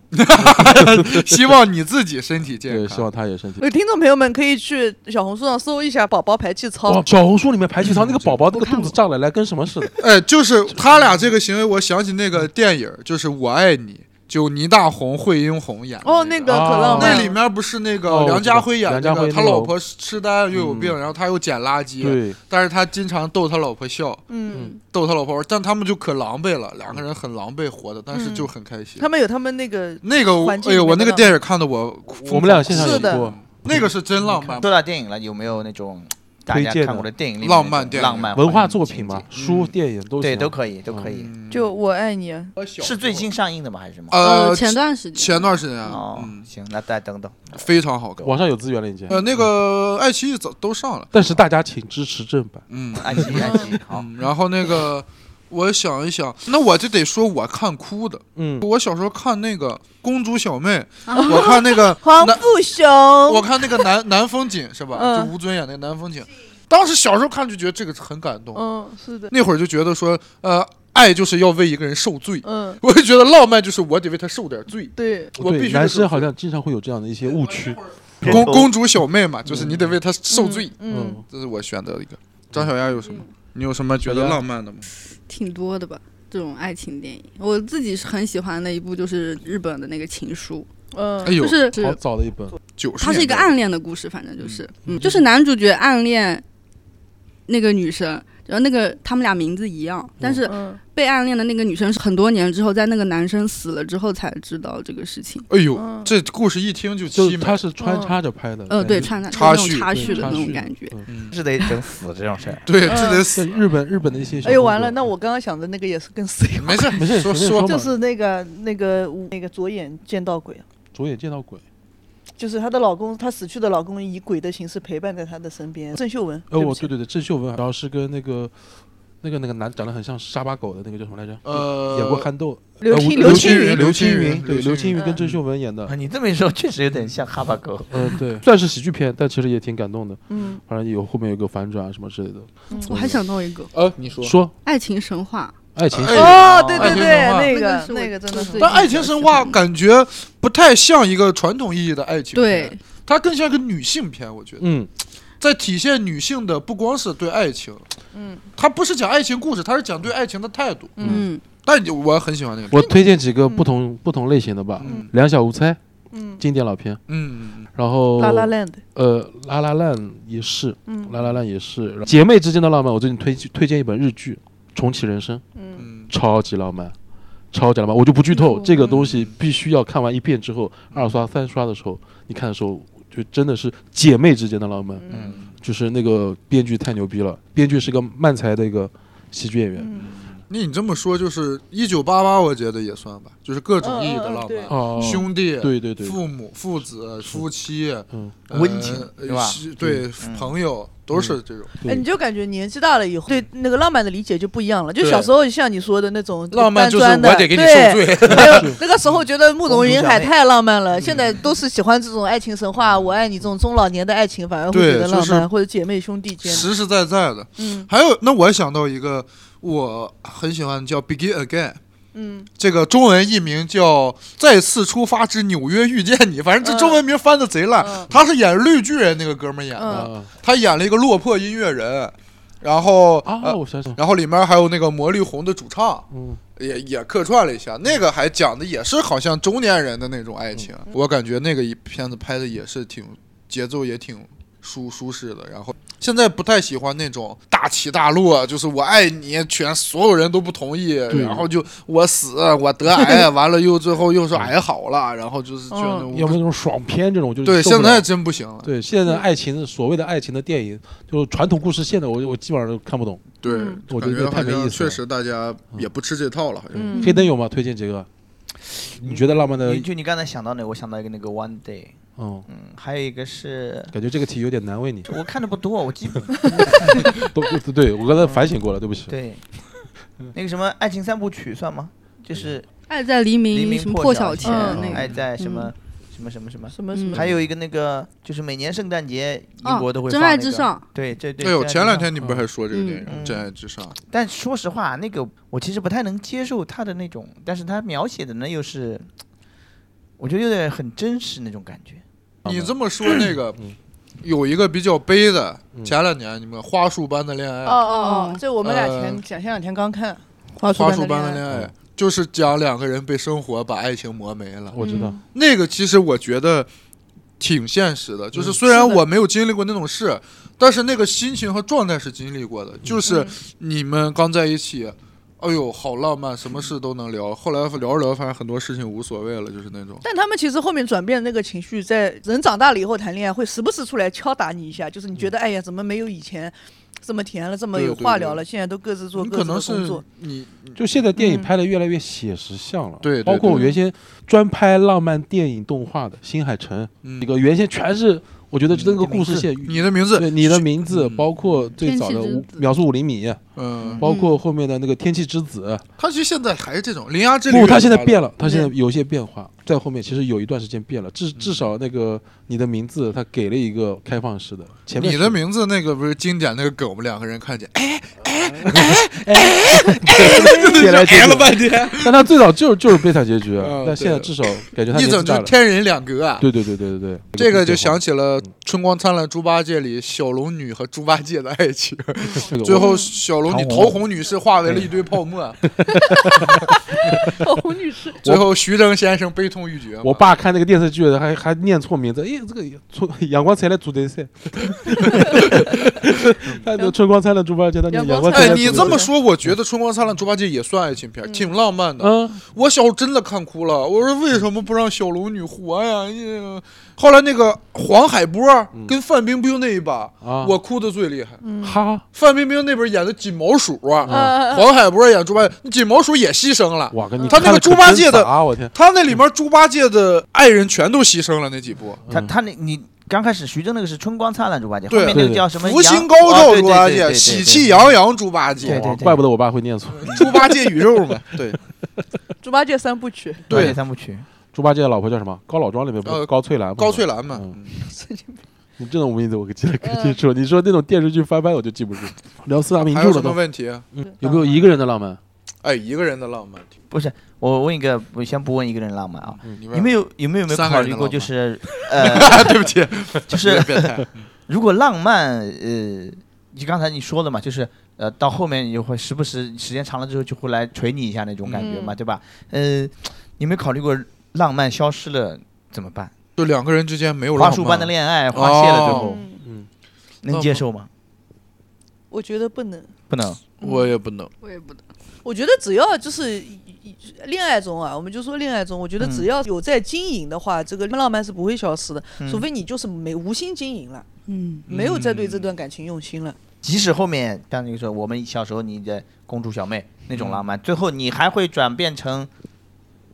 希望你自己身体健对，希康。望他也身体。有听众朋友们可以去小红书上搜一下“宝宝排气哇操，哦小红书里面排气操那个宝宝嗯那个肚子胀起来跟什么似的？哎，就是他俩这个行为，我想起那个电影，就是《我爱你》，就倪大红、惠英红演”。的哦，那个啊可浪漫那了。里面不是那哦个梁家辉演那梁家辉个，他那个老婆痴呆又有病，嗯然后他又捡垃圾，对，但是他经常逗他老婆笑，嗯，逗他老婆玩，但他们就可狼狈嗯了，两个人很狼狈活的，但是就很开心他。们有他们那个那个我，环境哎呦，里面我那的个浪电影看的我，我们俩现场是演的过，那个是真浪漫。说到电影了，有没有那种大家推荐的看过的电影里面浪漫那种电影浪漫文化环境作品嘛情，书、电影都景？对，行啊都可以，都可以。嗯就我爱你，是最新上映的吗？还是什么？ 呃哦前段时间前段时间啊，哦，嗯，行，那 再等等。非常好看。网上有资源了已经。呃，那个爱奇艺早都上了，但是大家请支持正版。嗯，爱奇艺，爱奇艺，好，嗯然后那个，我想一想，那我就得说我看哭的。嗯，我小时候看那个《公主小妹》，啊我看 那个黄南，富雄，我看那个南南风景是吧？嗯就吴尊演那个南风景，当时小时候看就觉得这个很感动，嗯，是的，那会儿就觉得说，呃，爱就是要为一个人受罪，嗯，我就觉得浪漫就是我得为他受点罪。对，我必对，须男得生受好罪。像经常会有这样的一些误区。公公主小妹嘛，就是你得为他受罪，嗯，这是我选择的一个。张小丫有什么？你有什么觉得浪漫的吗？挺多的吧。这种爱情电影，我自己是很喜欢的一部，就是日本的那个《情书嗯哎》，呦就，是好早的一本，九十它是一个暗恋的故事，反正就是，嗯，就是男主角暗恋那个女生，然后那个他们俩名字一样，但是哎嗯，被暗恋的那个女生是很多年之后，在那个男生死了之后才知道这个事情。哎呦，嗯这故事一听就就凄是美它。是穿插着拍的。呃，对，感觉穿插插就那叙种插对叙的那插种叙感觉。嗯嗯是得整死这种事儿。对，这得死像。日本日本的一些小哎朋友，呦完了，那我刚刚想的那个也是跟谁？没事，没事说说随便说就嘛是那个那个那个左眼见到鬼，啊左眼见到鬼。就是她的老公，她死去的老公以鬼的形式陪伴在她的身边。郑秀文，哦，对不我起对对对，郑秀文，然后是跟那个那个那个男长得很像沙巴狗的那个叫什么来着？呃，演过憨豆，刘呃青吴刘青青云刘青云云，对，刘刘青青云云跟嗯郑秀文演的哎啊，，你这么一说，确实有点像哈巴狗。嗯，对，算是喜剧片，但其实也挺感动的。嗯，反正有后面有个反转啊什么之类的。我还想到一个呃，你说。说爱情神话，爱情哎哦，对对对，那爱个那情神话那个个是真的我很最但爱情神话感觉不太像一个传统意义的爱情片，对，它更像一个女性片。我觉得，嗯，在体现女性的不光是对爱情，嗯，它不是讲爱情故事，它是讲对爱情的态度。嗯，但我很喜欢那个片，我推荐几个不同不同类型的吧，嗯《两小无猜》嗯，经典老片，嗯，然后拉拉 land，呃，拉拉烂也是，嗯拉拉烂也是，姐妹之间的浪漫。我最近推推荐一本日剧《重启人生》，嗯嗯，超级浪漫，超级浪漫。我就不剧透，这个东西嗯必须要看完一遍之后，二刷三刷的时候，你看的时候就真的是姐妹之间的浪漫。嗯就是那个编剧太牛逼了，编剧是个漫才的一个喜剧演员。嗯，那你这么说，就是一九八八，我觉得也算吧，就是各种意义的嗯浪嗯漫，哦，兄弟，对对对，父母、父子、夫妻，嗯，呃温情呃对吧是对，嗯朋友都是这种哎，对你就感觉年纪大了以后，对那个浪漫的理解就不一样了。就对小时候像你说的那种浪漫，就是搬砖的我得给你受对罪。还有 那个时候觉得慕容云海太浪漫了，嗯现在都是喜欢这种爱情神话，我爱你这种中老年的爱情，反而会对觉得就浪是漫，或者姐妹兄弟间。实实在在的。嗯还有，那我想到一个我很喜欢叫《Begin Again》，嗯，这个中文译名叫《再次出发之纽约遇见你》，反正这中文名翻的贼烂。嗯他是演绿巨人那个哥们儿演的，啊他演了一个落魄音乐人，然后、啊，呃我想想，然后里面还有那个魔力红的主唱。嗯，也也客串了一下，那个还讲的也是好像中年人的那种爱情，嗯我感觉那个一片子拍的也是挺节奏也挺舒舒适的。然后现在不太喜欢那种大起大落，就是我爱你，全所有人都不同意，对然后就我死我得 癌，完了又最后又说癌好了，然后就是觉得嗯要我不那种爽片这种，我就是对受不现了在真不行了，对现在爱情所谓的爱情的电影，就是传统故事线的，我我基本上都看不懂。对嗯，我觉感得觉太好没意思像确了嗯实大家也不吃这套了，好像。嗯黑灯有吗？推荐几个？你觉得浪漫的你，就你刚才想到那个，我想到一个那个 One Day，嗯，嗯，还有一个是感觉这个题有点难为你。我看的不多，我 基本都对对，我刚才反省过了，对不起。对那个什么《爱情三部曲》算吗？就是爱在黎黎明明什嗯么破晓晓前前嗯那爱个，在什么什么什么什么，什么什嗯么，还有一个那个就是每年圣诞节英国都会哦真放爱那至个，上，对对对。哎呦，真爱至前两上天你不是还说这个电影《嗯真爱至上》？但说实话，那个我其实不太能接受他的那种，但是他描写的呢又是，我觉得有点很真实那种感觉。你这么说，那个嗯有一个比较悲的，嗯前两年你们《花束般的恋爱》哦哦哦嗯，这我们俩呃前前前两天刚看《 《花花束般的爱恋爱嗯》，就是讲两个人被生活把爱情磨没了。我知道，那个其实我觉得挺现实的，就是嗯虽然是的我没有经历过那种事，嗯但是那个心情和状态是经历过的，就是你们刚在一起。哎呦，好浪漫，什么事都能聊。后来聊着聊着，发现很多事情无所谓了，就是那种。但他们其实后面转变的那个情绪，在人长大了以后谈恋爱，会时不时出来敲打你一下，就是你觉得哎呀，怎么没有以前这么甜了，这么嗯对有对话对聊了，现在都各自做你各可自能的工是嗯作。你就现在电影拍的越来越写实像了，对对包括我对原先专拍浪漫电影动画的《新海诚》，嗯那个原先全是我觉得那个故事线，你的名字对你的名字，嗯包括最早的天气之五子秒速五厘米，嗯，包括后面的那个《天气之子他其实现在还是这种《铃芽之旅》不，也他现在发了变了，他现在有一些变化，在后面其实有一段时间变了，嗯至至少那个你的名字，他给了一个开放式的，前面你是的名字那个不是经典那个梗，我们两个人看见，哎，变哎来变了去，半天，但他最早就是就是悲惨结局嗯，但现在对至少感觉他一年纪整大就了，天人两隔啊。对对对对对对，这个故就事变化想起了《春光灿烂猪八戒》里小龙女和猪八戒的爱情，这个最后小龙女唐红桃红女士化为了一堆泡沫， 哦，女士， 最后徐峥先生悲痛欲绝嘛。我爸看那个电视剧的，还还念错名字，哎，这个春阳光灿烂猪队赛，他的春光灿烂猪八戒，他念阳光灿哎，烂。你这么，说，我觉得《春光灿烂猪八戒》也算爱情片，挺浪漫的。嗯，我小时候真的看哭了，我说为什么不让小龙女活呀？哎呀后来那个黄海波嗯跟范冰冰那一把，啊我哭的最厉害。哈，范冰冰那边演的锦毛鼠啊，嗯黄海波演猪八戒，锦毛鼠也牺牲了。我跟你他那个看得猪八真戒的杂我天，他那里面猪八戒的爱人全都牺牲了那几部，他嗯他那你刚开始徐峥那个是春光灿烂猪八戒，后对面那对个叫什么？福星阳高照猪八哦对对对对戒，对喜气洋洋猪八戒对，对哇怪不得我爸会念错。猪八戒宇宙 嘛，对猪八戒三部曲，对对对，三部曲。猪八戒的老婆叫什么？高老庄里面不是呃高翠兰吗？高翠兰嘛，嗯嗯神经病你这种名字我记得可清楚。你说那种电视剧翻拍我就记不住。嗯 聊四大名还著有了什么都，问题？啊嗯有没有一个人的浪漫？哎，一个人的浪漫，我问一个，我先不问一个人浪漫啊，你你们有有没有没有嗯三个考人虑的过浪就漫，是呃 对不起，就是变态，如果浪漫，呃，就刚才你说的嘛，就是呃，到后面也会时不时时间长了之后就会来捶你一下那种感觉嘛，嗯对吧？呃，你有没有考虑过浪漫消失了怎么办？就两个人之间没有花浪束般漫的恋爱花谢了之后，哦嗯，嗯，能接受吗？我觉得不能。不嗯能。我也不能。我也不懂。我觉得只要就是一一恋爱中啊，我们就说恋爱中，我觉得嗯只要有在经营的话，这个浪漫是不会消失的，嗯除非你就是没无心经营了，嗯，没有再对这段感情用心了。即使后面像你说，我们小时候你的公主小妹那种嗯浪漫，最后你还会转变成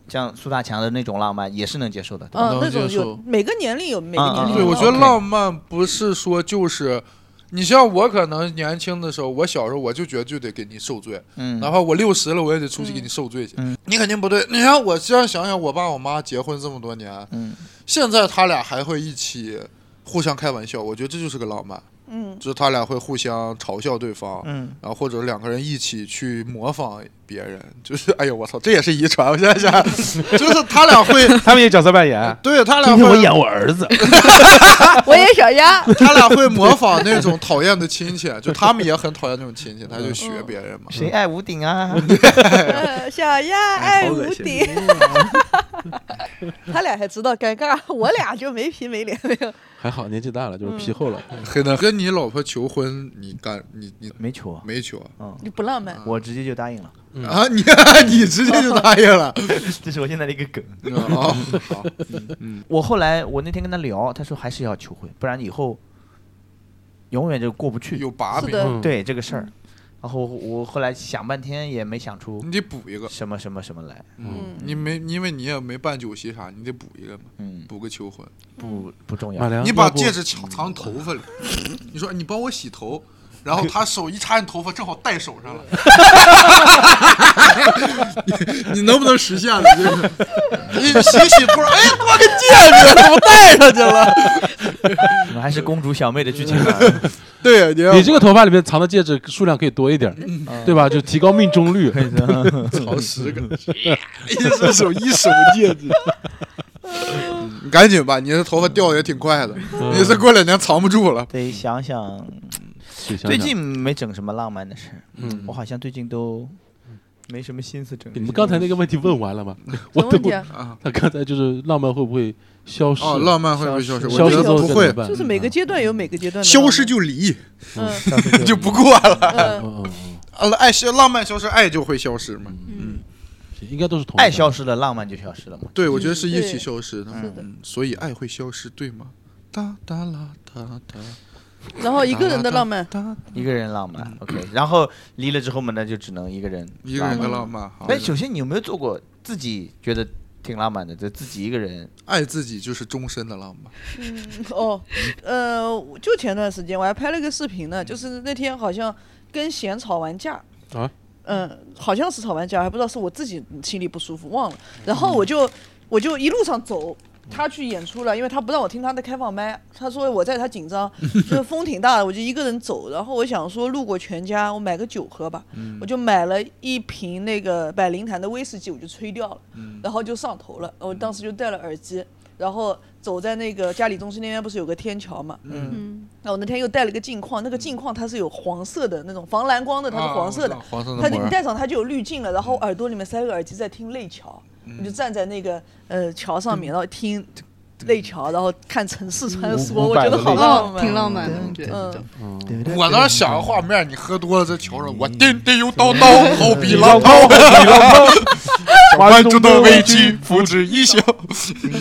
像苏大强的那种浪漫，也是能接受的。对吧嗯，能那接种受有每个年龄有每个啊年龄的啊对，我浪觉得漫 OK 浪漫不是说就是，你像我可能年轻的时候，我小时候我就觉得就得给你受罪，嗯，哪怕我六十了，我也得出去给你受罪去。嗯你肯定不对。你看我这样想想，我爸我妈结婚这么多年，嗯现在他俩还会一起互相开玩笑，我觉得这就是个浪漫，嗯，就是他俩会互相嘲笑对方。嗯，然后或者两个人一起去模仿别人，就是哎呦我操，这也是遗传。我现在想， 就是他俩会，他们也角色扮演。对他俩今天我会演我儿子， 我也想呀，他 俩会模仿那种讨厌的亲戚，就他们也很讨厌那种亲戚，他就学别人嘛。谁爱屋顶啊？呃小鸭嗯哎爱好无恶心敌，他俩还知道尴尬， 我俩就没皮没脸没有。还好年纪大了，嗯就是皮厚了。黑的跟你老婆求婚，你干你你没求啊，没求啊？嗯，你不浪漫，我直接就答应了，嗯啊，你 你直接就答应了？ 这是我现在的一个梗。哦，好，我后来我那天跟他聊，他说还是要求婚，不然以后永远就过不去。有把是柄，的嗯，对这个事儿，然后我后来想半天也没想出你得补一个。什么什么什么来。嗯，你没，因为你也没办酒席啥，你得补一个嘛，嗯，补个求婚。不不重马要。良，你把哎要不戒指藏藏头发里，你说你帮我洗头，然后他手一插你头发，正好戴手上了。 你你能不能实现呢？就是 你洗洗不是？哎呀，多个戒指，怎么戴上去了？你们还是公主小妹的剧情 啊。对，你你这个头发里面藏的戒指数量可以多一点儿，嗯对吧？就提高命中 率。 藏十 个，一只手一手戒 指。你赶紧吧，你这头发掉的也挺快的，嗯你这过两年藏不住了。得想想，去想最想近没整什么浪漫的事儿，嗯我好像最近都没什么心思整。你们刚才那个问题问完了吗？我什么都问题啊？啊， 他刚才就是浪漫会不会消失？哦，浪漫会不会消失？嗯消我失觉之得后不该会怎么，办嗯就是每个阶段有每个阶段的嗯消失浪就离，漫就不过了。嗯嗯嗯嗯嗯啊呃，爱消浪漫消失，爱就会消失嘛。嗯，应该都是同爱消失，失了，浪漫就消失了嘛。对，嗯我觉得是一对起消失的，是的嗯，所以爱会消失，对吗？哒哒啦哒哒，然哦后一个人的浪漫，哒，一个人浪嗯漫，OK。然后离了之后嘛，那就只能一个人，一个人的浪。漫。好哎，首先你有没有做过自己觉得挺浪漫的，就自己一个人？爱自己就是终身的浪漫。 哦，呃，就前段时间我还拍了一个视频呢，就是那天好像跟贤吵完架啊，嗯，好像是吵完架，还不知道是我自己心里不舒服忘了，然后我就我就一路上走。他去演出了，因为他不让我听他的开放麦，他说我在他紧张，就是风挺大的，我就一个人走。然后我想说路过全家，我买个酒喝吧，我就买了一瓶那个百灵坛的威士忌，我就吹掉了，然后就上头了。我当时就戴了耳机，然后走在那个嘉里中心那边不是有个天桥嘛，嗯，嗯，那我那天又戴了个镜框，那个镜框它是有黄色的那种防蓝光的，它是黄色的，啊我知道黄色它的就膜你儿。戴上它就有滤镜了，然后耳朵里面塞个耳机在听泪桥，你就站在那个呃桥上面，然后听泪桥，然后看城市穿梭，五五我百觉得个好泪嗯浪哦，漫，啊挺浪漫的，我觉得。嗯，我当时想个画面，你喝多了在桥上，我嗯颠颠又叨叨，好比浪涛， 万众的危机，付之一笑。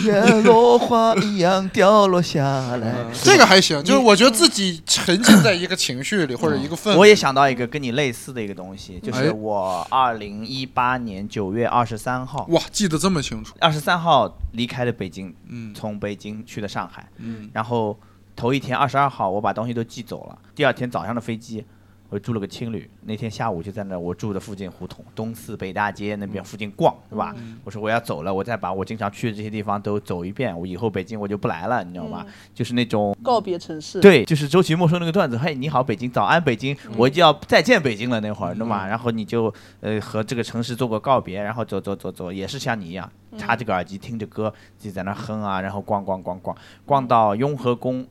叶落 花一样掉落下 来。这个还行，就是我嗯觉得自己沉浸在一个情绪里或者一个氛围。嗯我也想到一个跟你类似的一个东西，就哎是我二零一八年九月二十三号，哇，记得这么清楚。二十三号离开了北京，嗯从北京去的上海，嗯然后头一天二十二号我把东西都寄走了，第二天早上的飞机。我住了个青旅，那天下午就在那我住的附近胡同东四北大街那嗯边附近逛，对吧？我说我要走了，我再把我经常去的这些地方都走一遍，我以后北京我就不来了，你知道吗？嗯就是那种告别城市，对，就是周奇墨说那个段子，嘿，你好，北京，早安，北京，我就要再见北京了那会儿，对吗？然后你就呃和这个城市做过告别，然后走走走走，也是像你一样，插这个耳机听着歌，自己在那儿哼啊，然后逛逛逛逛，逛到雍和宫，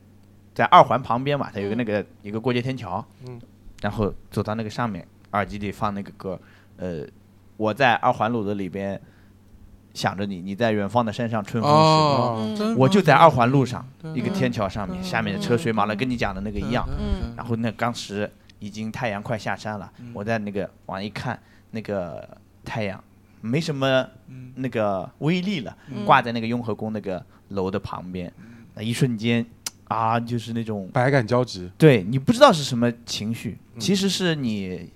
在二环旁边嘛，它有个那个一个过街天桥，嗯，然后走到那个上面，耳机里放那个歌，呃，我在二环路的里边想着你，你在远方的山上春风十里。嗯哦，真嗯我就在二环路上嗯一个天桥上面，下面的车水马龙，跟你讲的那个一样。嗯然后那当时已经太阳快下山了，嗯我在那个往一看，那个太阳没什么嗯那个威力了，挂在那个雍和宫那个楼的旁边，嗯那一瞬间啊，就是那种百感交集，对你不知道是什么情绪，嗯其实是你。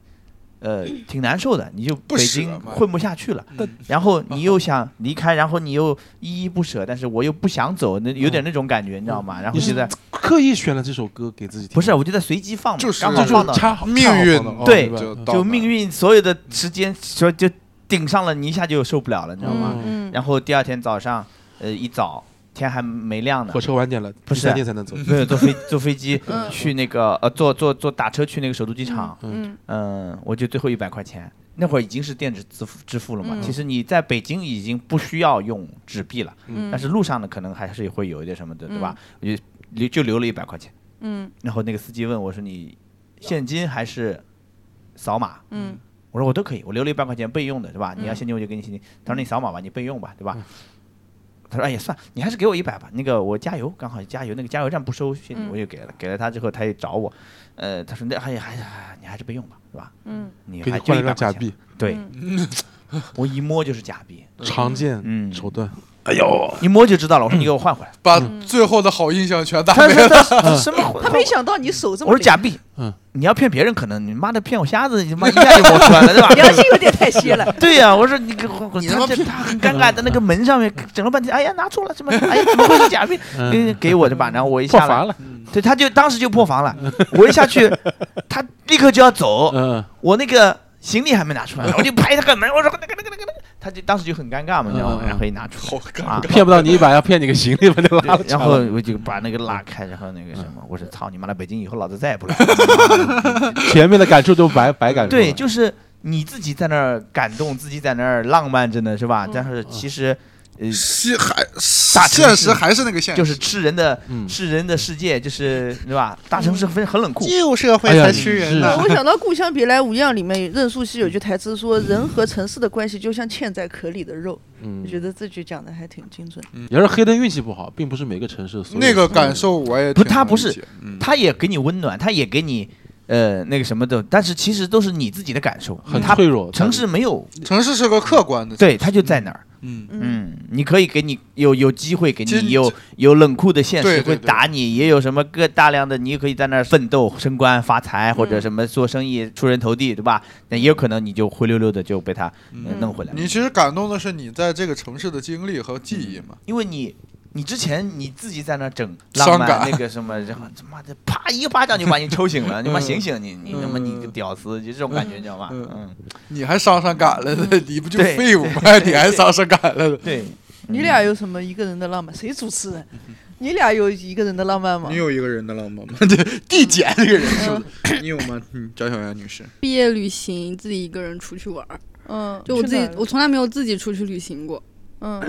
呃，挺难受的，你就不北舍京嘛混不下去嗯了，然后你又想离开，然后你又依依不舍，但是我又不想走，那有点那种感觉，你知道吗？然后你是现在刻意选了这首歌给自己听，不是，我就在随机放嘛，就是刚好就放到是恰好命恰好运放到哦对吧就嗯到就哪命运所有的时间说就顶上了，你一下就受不了了，你知道吗？嗯然后第二天早上，呃，一早天还没亮呢火，车晚点了，不第是嗯三天才能走，没有坐飞坐飞机 去那个呃坐坐坐打车去那个首都机场，嗯嗯，我就最后一百块钱，那会儿已经是电子支付支付了嗯嘛。其实你在北京已经不需要用纸币了，嗯但是路上呢，可能还是会有一点什么的，对吧？我就留就留了一百块钱。嗯然后那个司机问我说：“你现金还是扫码？”嗯，我说我都可以，我留了一百块钱备用的，对吧？你要现金我就给你现金。他说你扫码吧，你备用吧，对吧？他说哎也算，你还是给我一百吧，那个我加油，刚好加油，那个加油站不收现嗯金，我就给了。给了他之后，他也找我，呃，他说那还还还你还是备用吧，对吧？嗯，你给你还就换一了百张块假钱，币，对， 我一摸就是假币，常见嗯手段，哦一摸就知道了。我嗯说你给我换回来，把最后的好印象全打他没 说了。他他 什么？他没想到你手这么我说假币，嗯，你要骗别人可能，你妈的骗我瞎 子，你妈一下就摸出来了，对吧？良心有点太歇了，对呀、我说你给我，你他他妈这骗他很 尴尬，在那个门上面整了半天，哎呀拿错了什么？哎呀怎么会是假币？给给我的吧，然后我一嗯破下防来，了，嗯对，他就当时就破 防了，我一下去，他立刻就要走，嗯，我那个行李还没拿 出来，我就拍他个门，我说那个那个那个那个，他就当时就很尴尬嘛，你知道吗嗯？嗯嗯然后一拿出好来，尴啊尬，骗不到你一把，要骗你个行李把就拉了对然后 我就把那个拉开，然后那个什嗯么，我说操你妈的，北京以后老子再也 不来了。前面的感受都白白感受了，对，就是你自己在那儿感动，自己在那儿浪漫着呢，是嗯吧？但是其实，呃，现还大城现市实还是那个现实，就是吃人的嗯吃人的世界，就是对吧？大城市很很冷酷，旧社会哎呀才吃人是呢。 我想到《故乡别来无恙》里面任素汐有句台词说：“人和城市的关系就像嵌在壳里的肉。”嗯我，觉得这句讲的还挺精准。也是黑灯运气不好，并不是每个城市所有那个的感受我也不挺他能不理是解嗯他也给你温暖，他也给你呃那个什么的，但是其实都是你自己的感受，很它脆弱。城市没有，城市是个客观的，对，它就在那儿。嗯，嗯，你可以给你有有机会给其实你有有冷酷的现对实对会对打你，也有什么各大量的，你也可以在那儿奋斗升官发财，或者什么做生意出人头地，对吧？那也有可能你就灰溜溜的就被他呃嗯弄回来了，你其实感动的是你在这个城市的经历和记忆嘛。因为你。你之前你自己在那儿整伤浪漫感那个什么，然后他妈的啪一个巴掌就把你抽醒了，你妈嗯醒醒 你，你他妈你个嗯屌丝，就这种感觉，你知道吧？嗯嗯，你还伤伤感了呢？你不就对废物吗？你还伤伤感了呢？对，你嗯俩有什么一个人的浪漫？谁主持人？你俩有一个人的浪漫吗 你？有一个人的浪 漫吗？对，地姐这个人是不是？你有吗？嗯，翟小媛女士，毕业旅行自己一个人出去玩儿，嗯，就我去自己哪儿，我从来没有自己出去旅行过。嗯，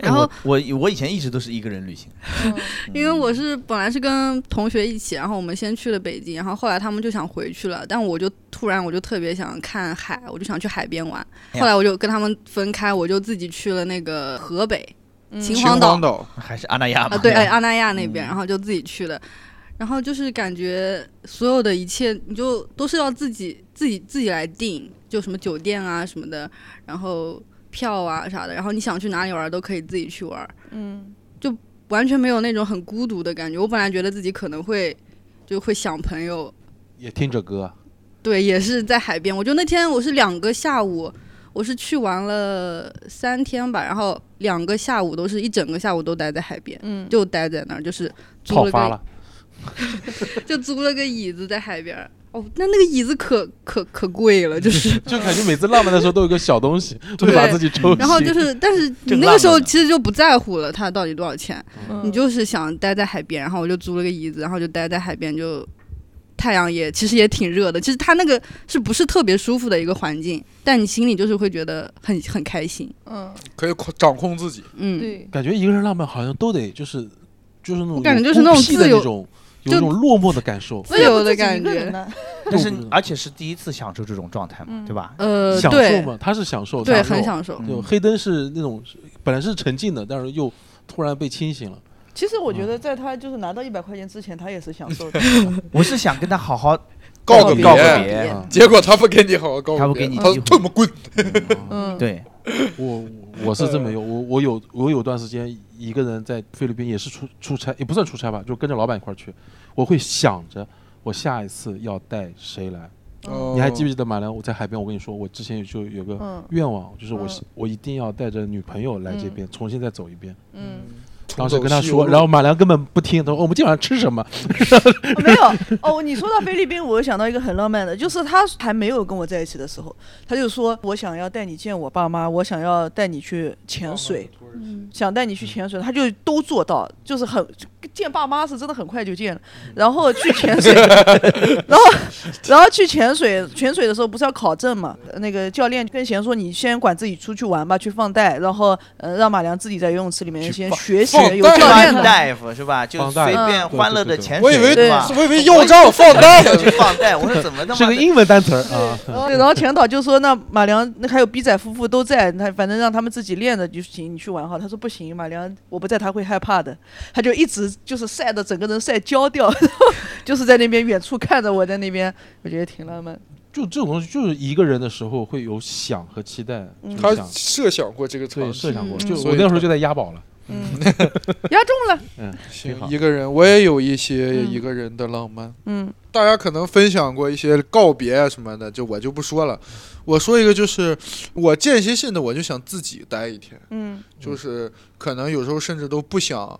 然后我我我以前一直都是一个人旅行，因为我是本来是跟同学一起，然后我们先去了北京，然后后来他们就想回去了，但我就突然我就特别想看海，我就想去海边玩。哎呀后来我就跟他们分开，我就自己去了那个河北嗯秦秦皇岛皇岛，还是阿那亚嘛？啊，对，哎，吧阿那亚那嗯边，然后就自己去了。然后就是感觉所有的一切，你就都是要自己自己自己来定，就什么酒店啊什么的，然后票啊啥的，然后你想去哪里玩儿都可以自己去玩。嗯，完全没有那种很孤独的感觉。我本来觉得自己可能会就会想朋友，也听着歌，对，也是在海边。我就那天我是两个下午，我是去玩了三天吧，然后两个下午都是一整个下午都待在海边，嗯，就待在那儿，就是租泡了发个了。就租了个椅子在海边儿。哦，那那个椅子可可可贵了，就是，就感觉每次浪漫的时候都有个小东西会对把自己抽醒。然 后就是，但是你正那个时浪候着呢其实就不在乎了，它到底多少钱，嗯你就是想待在海边，然后我就租了个椅子，然后就待在海边，就太阳也其实也挺热的。其实它那个是不是特别舒服的一个环境，但你心里就是会觉得很很开心。嗯，可以控掌控自己。嗯，对，感觉一个人浪漫好像都得就是就是那种我感觉有就是那孤种僻的自由那种有那就种落寞的感受。自由的为什么自己一个感觉人 呢但是不是而且是第一次享受这种状态嘛，对吧？呃，享受对嘛，他是享受，对，享受很享受。就嗯黑灯是那种本来是沉浸的，但是又突然被清醒了。其实我觉得，在他就是拿到一百块钱之前，他也是享受的。我是想跟他好 好告个别，告别别。啊结果他不给你好好告别，他不给你他机会这么滚。嗯，对，我我是真没有，我我有我有段时间一个人在菲律宾也是出出差，也不算出差吧，就跟着老板一块儿去，我会想着我下一次要带谁来。嗯哦你还记不记得马良？我在海边，我跟你说，我之前就有个嗯愿望，就是我嗯是我一定要带着女朋友来这边，重新再走一遍。嗯，当时跟重他走西游说，路然后马良根本不听，他说、哦我们今晚上吃什么？哦没有哦。你说到菲律宾，我又想到一个很浪漫的，就是他还没有跟我在一起的时候，他就说我想要带你见我爸妈，我想要带你去潜水，嗯嗯想带你去潜水，他就都做到，就是很见爸妈是真的很快就见了，嗯然后去潜 水，然后然后去潜水，潜水的时候不是要考证嘛？那个教练跟贤说，你先管自己出去玩吧，去放贷，然后呃让马良自己在游泳池里面去先放学习放有贷教练穿的。大夫是吧？就放贷随便欢乐对对的对潜我以水为是吧？我以为要账放 贷我以为去放贷，我说怎么他是妈个的英文单词儿嗯啊。呃对，然后前导就说那马良那还有逼仔夫妇都在，那反正让他们自己练的就行，你去玩哈。他说不行，马良我不在，他会害怕的。他就一直就是晒的整个人晒焦掉， 然后就是在那边远处看着我在那边，我觉得挺浪漫。就这种东西，就是一个人的时候会有想和期待，嗯就他是想设想过这个对场景。设想过，嗯就所我以那时候就在押宝了。嗯， 压中了。嗯，挺行，好一个人我也有一些嗯一个人的浪漫。嗯大家可能分享过一些告别啊什么的，就我就不说了。我说一个，就是我间歇性的，我就想自己待一天，嗯，就是可能有时候甚至都不想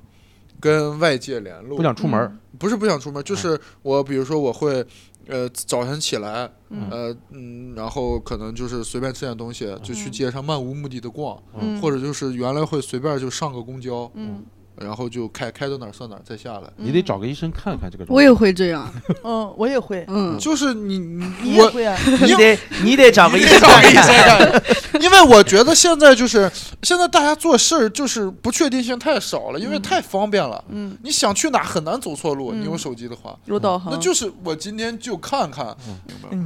跟外界联络，不想出门儿，不嗯是不想出门，就是我比如说我会，呃，早晨起来，嗯呃嗯，然后可能就是随便吃点东西，就去街上漫无目的的逛，嗯，或者者就是原来会随便就上个公交，嗯然后就开开到哪儿算哪儿再下来。你得找个医生看看这个状态。我也会这样，嗯，我也会，嗯，就是你你你也我会 啊。你 得你得找个医生找看个医看。 生，因为我觉得现在就是现在大家做事儿就是不确定性太少了，因为太方便了。嗯，你想去哪很难走错路，嗯你有手机的话，有导航。那就是我今天就看看。嗯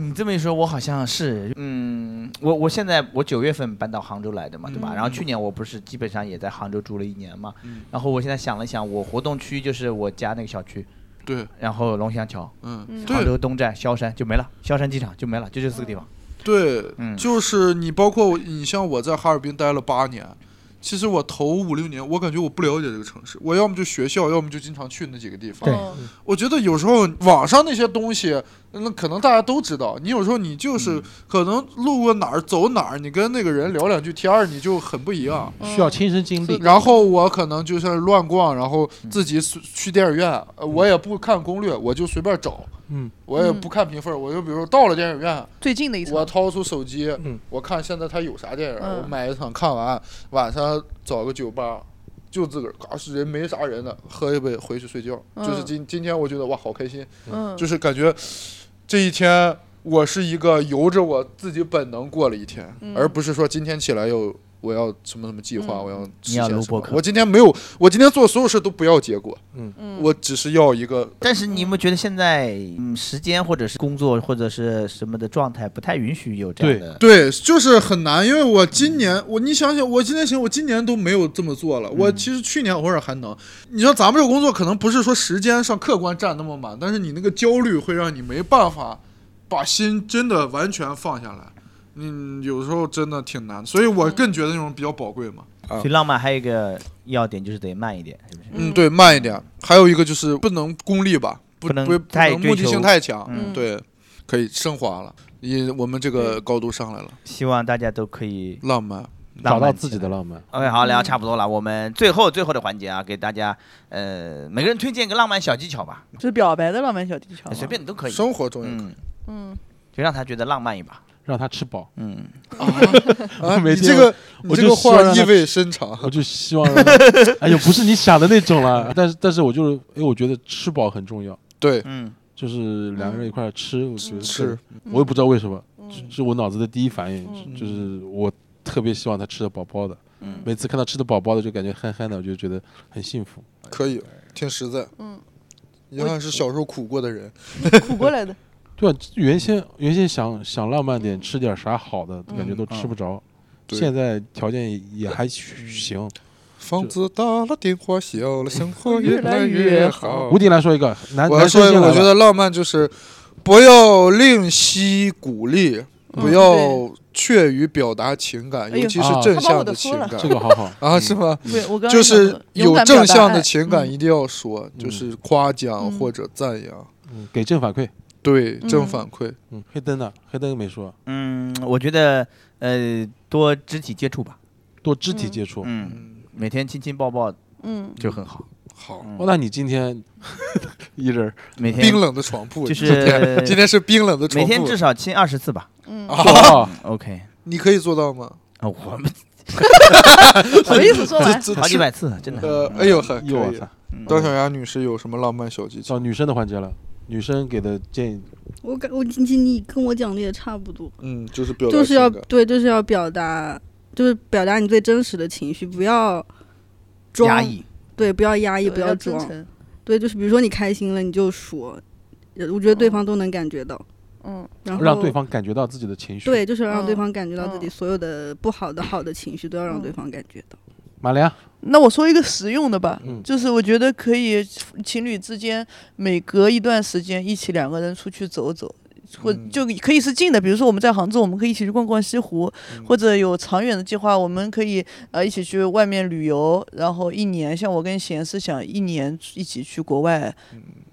你这么一说，我好像是，嗯，我我现在我九月份搬到杭州来的嘛，对吧？然后去年我不是基嗯本上也在杭州住了一年嘛，然后我现在想了想，我活动区就是我家那个小区，对，然后龙翔桥、嗯，杭对州东站、萧山就没了，萧山机场就没了，就这四个地方。对，嗯就是你包括我你像我在哈尔滨待了八年，其实我头五六年我感觉我不了解这个城市，我要么就学校，要么就经常去那几个地方。对嗯我觉得有时候网上那些东西，那可能大家都知道。你有时候你就是可能路过哪儿走哪儿，你跟那个人聊两句天儿，你就很不一样。需要亲身经历。然后我可能就是乱逛，然后自己随去电影院，呃我也不看攻略，我就随便找，嗯，我也不看评分儿，我就比如说到了电影院，最近的一我场，掏出手机嗯，我看现在它有啥电影，嗯我买一场哎看完，晚上找个酒吧。就自个儿，嘎是人没啥人的，喝一杯回去睡觉。就嗯是今今天我觉得哇，好开心，嗯，就是感觉这一天我是一个由着我自己本能过了一天，嗯而不是说今天起来有我要什么什么计划，嗯我要实你要现录什播么。客我今天没有，我今天做所有事都不要结果，嗯我只是要一个。但是你有没有觉得现在嗯时间或者是工作或者是什么的状态不太允许有这样的？对，就是很难，因为我今年我你想想，我今年行，我今年都没有这么做了。嗯我其实去年偶尔还能，你说咱们这个工作可能不是说时间上客观占那么满，但是你那个焦虑会让你没办法把心真的完全放下来。嗯，有时候真的挺难，所以我更觉得那种比较宝贵嘛。所以浪漫还有一个要点就是得慢一点，是不是？嗯，对，慢一点。还有一个就是不能功利吧，不不能不太能追目的求性太强。嗯对，可以升华了，也我们这嗯个高度上来了，希望大家都可以浪漫。找浪到漫自己起的来。浪漫。 OK，好，聊得差不多了，我们最后最后的环节啊，给大家呃每个人推荐一个浪漫小技巧吧，就是表白的浪漫小技哎巧，随便，你都可以，生活中也可以嗯，嗯，就让他觉得浪漫一把，让他吃饱，嗯， 啊，没你这见个我你这就个希望话让意他味深长。 我就希望让他，哎呦，不是你想的那种了。但是，但是我就是，哎，我觉得吃饱很重要，对，嗯，就是两个人一块儿吃，我觉得是，我也不知道为什么，是嗯是我脑子的第一反应，嗯是就是我特别希望他吃的饱饱的。嗯每次看到吃的饱饱的，就感觉憨憨的，我就觉得很幸福。可以，挺实在。嗯，遗憾是小时候苦过的人。苦过来的，对啊，原先原先想想浪漫点，吃点啥好的，感觉都吃不着。嗯对嗯现在条件也也还行。房子大了，电话小了，生 活越越来来越越好。吴迪来说一个男我要男生说一先个，来我吧觉得浪漫就是不要吝惜鼓励，嗯不要怯于表达情感，哎呦尤其是啊正他把我向的的说情了感这个嗯好好啊，是吗？对我刚刚就是想勇有敢表正达向爱的情感，嗯一定要说，就嗯是夸奖嗯或者赞扬，嗯给正反馈。对正嗯反馈。嗯，黑灯呢？黑灯没说，嗯，我觉得呃多肢体接触吧，多肢体接触。嗯，嗯，每天亲亲抱抱 嗯，就很好，好，哦，那你今天 一人儿每天冰冷的床铺，就今天是今天是冰冷的床每铺，天至少亲二十次吧嗯，啊，哇，OK，你可以做到吗？啊，我们什么意思？说完，这好几这百次，真的，呃，哎呦呵，哟可我以操！。嗯张小牙女士有什么浪漫小技巧？到女生的环节了，女生给的建议，我感我你你跟我讲的也差不多，嗯，就是表达就是要情感对，就是要表达，就是表达你最真实的情绪，不要装，压抑，对，不要压抑，不要真装，诚，对，就是比如说你开心了，你就说，呃我觉得对方都能感觉到，嗯然后让对方感觉到自己的情绪。，对，就是让对嗯方感觉到自己嗯所有的不好的、好的情绪都要让对嗯方感觉到。马良，那我说一个实用的吧，嗯就是我觉得可以情侣之间每隔一段时间一起两个人出去走走。或嗯就可以是近的，比如说我们在杭州，我们可以一起去逛逛西湖，或者有长远的计划，我们可以呃一起去外面旅游，然后一年，像我跟贤是想一年一起去国外，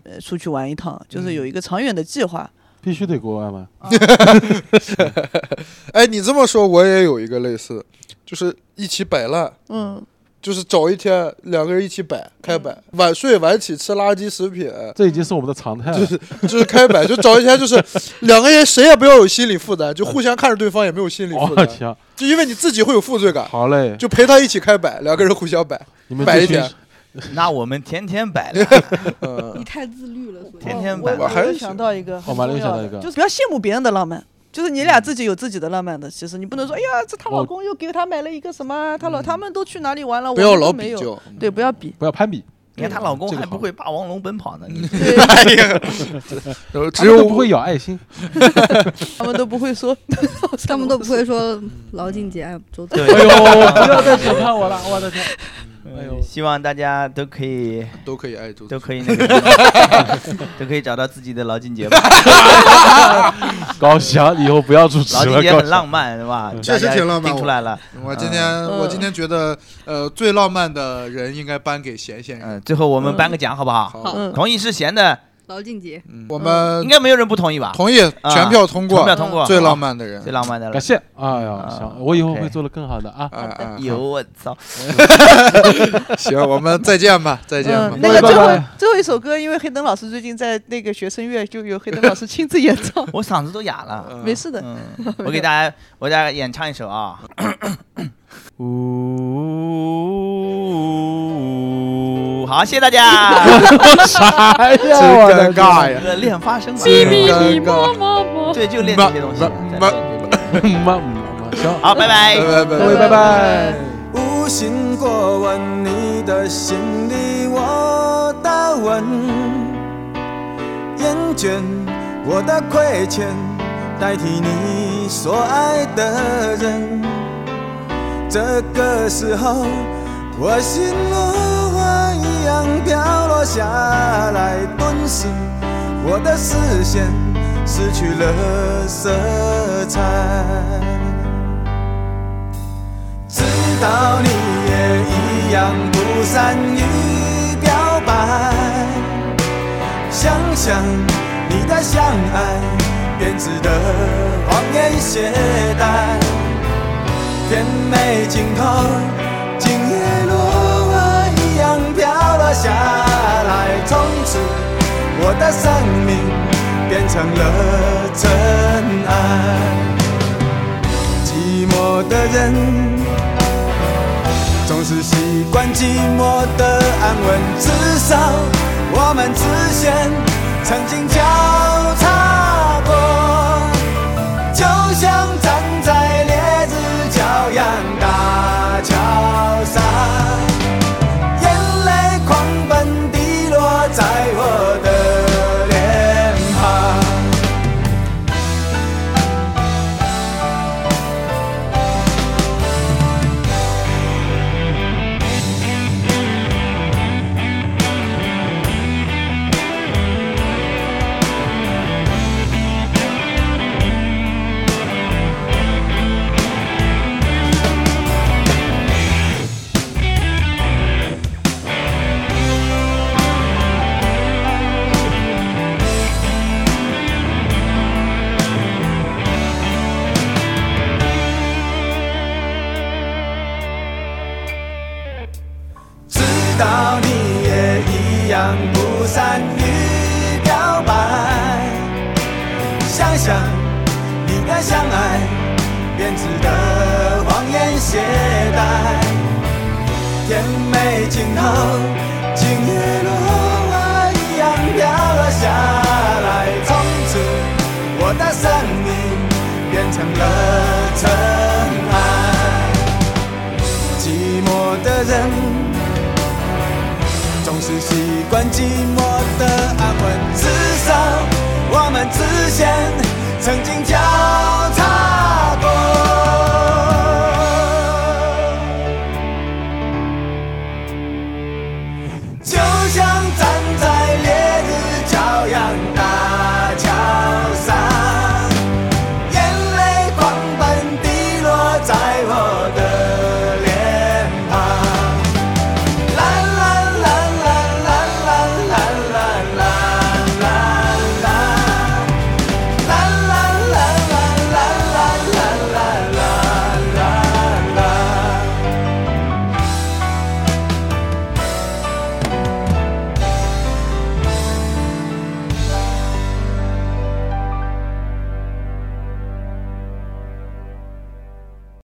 呃出去玩一趟，就是有一个长远的计划。必须得国外吗？哎，你这么说，我也有一个类似，就是一起摆烂，嗯，就是找一天两个人一起摆开摆，晚睡晚起吃垃圾食品，这已经是我们的常态了。就是开摆，就找一天就是 两个人谁也不要有心理负担，就互相看着对方也没有心理负我担，天，就因为你自己会有负罪感，哦好嘞，就陪他一起开摆，两个人互相摆，你们摆这一群点那我们天天摆烂，嗯 你太自律了，所以天天我摆我我还又是想到一个很哦马重六要的，想到一个嗯就是不要羡慕别人的浪漫。就是你俩自己有自己的浪漫的，其实你不能说，哎呀，这她我嗯老公又给她买了一个什么，啊她老他们都去哪里玩了，不要我们都老没比有，较。对，不要比，不要攀比，你看她老公这个还好不会霸王龙奔跑呢，你对， 然后只他们有都不会咬 爱心。他们都不会 说，他们都不会说劳静姐爱周总。 哎呦，不要再审判我了，我的天！哎呦，嗯希望大家都可以都可以爱周都可以那个都可以找到自己的劳进节吧。高翔以后不要主持劳了，进节高很翔。浪漫是吧？确实大家挺浪漫定出来了。我今天、我今天觉得，呃，最浪漫的人应该颁给贤贤人。嗯，最后我们颁个奖好不好？好，嗯同意是贤的，劳进杰，我们嗯应该没有人不同意吧？同意，全票通投过啊票，通过，最浪好漫的人最。浪漫的了感。谢，哎呀，啊行，我以后 OK 会做的更好的啊。哎哎，哎有我操！。行，我们再见吧，再见吧嗯，。那个拜最拜后最后一首歌，因为黑灯老师最近在那个学生乐，就由黑灯老师亲自演 唱我嗓子都哑了。没事的，嗯，我给大家，我给大家演唱一首啊。呜，好，谢谢大家。 啥啊真哎呀？我尴的尬呀！这个练发声嘛，真尴尬，对，就练这些东西。妈妈妈，行，好，拜拜拜。拜拜各位拜。拜拜。无心过问你的心里我的吻，厌倦我的亏欠，代替你所爱的人。这个时候，我心如花一样飘落下来，顿时我的视线失去了色彩。知道你也一样不善于表白，想想你的相爱，编织的谎言懈怠，甜美尽头，今夜如花一样飘落下来，从此我的生命变成了尘埃。寂寞的人，总是习惯寂寞的安稳。至少我们之间曾经交叉过，就像站在烈日骄阳大桥上，眼泪狂奔滴落在我的脸庞。知道你也一样不善于表白，想想你的相爱，编织的谎言懈怠，甜美尽头，今夜如花一样飘落下来，从此我的生命变成了尘埃，寂寞的人。总是习惯寂寞的安稳。至少我们之前曾经交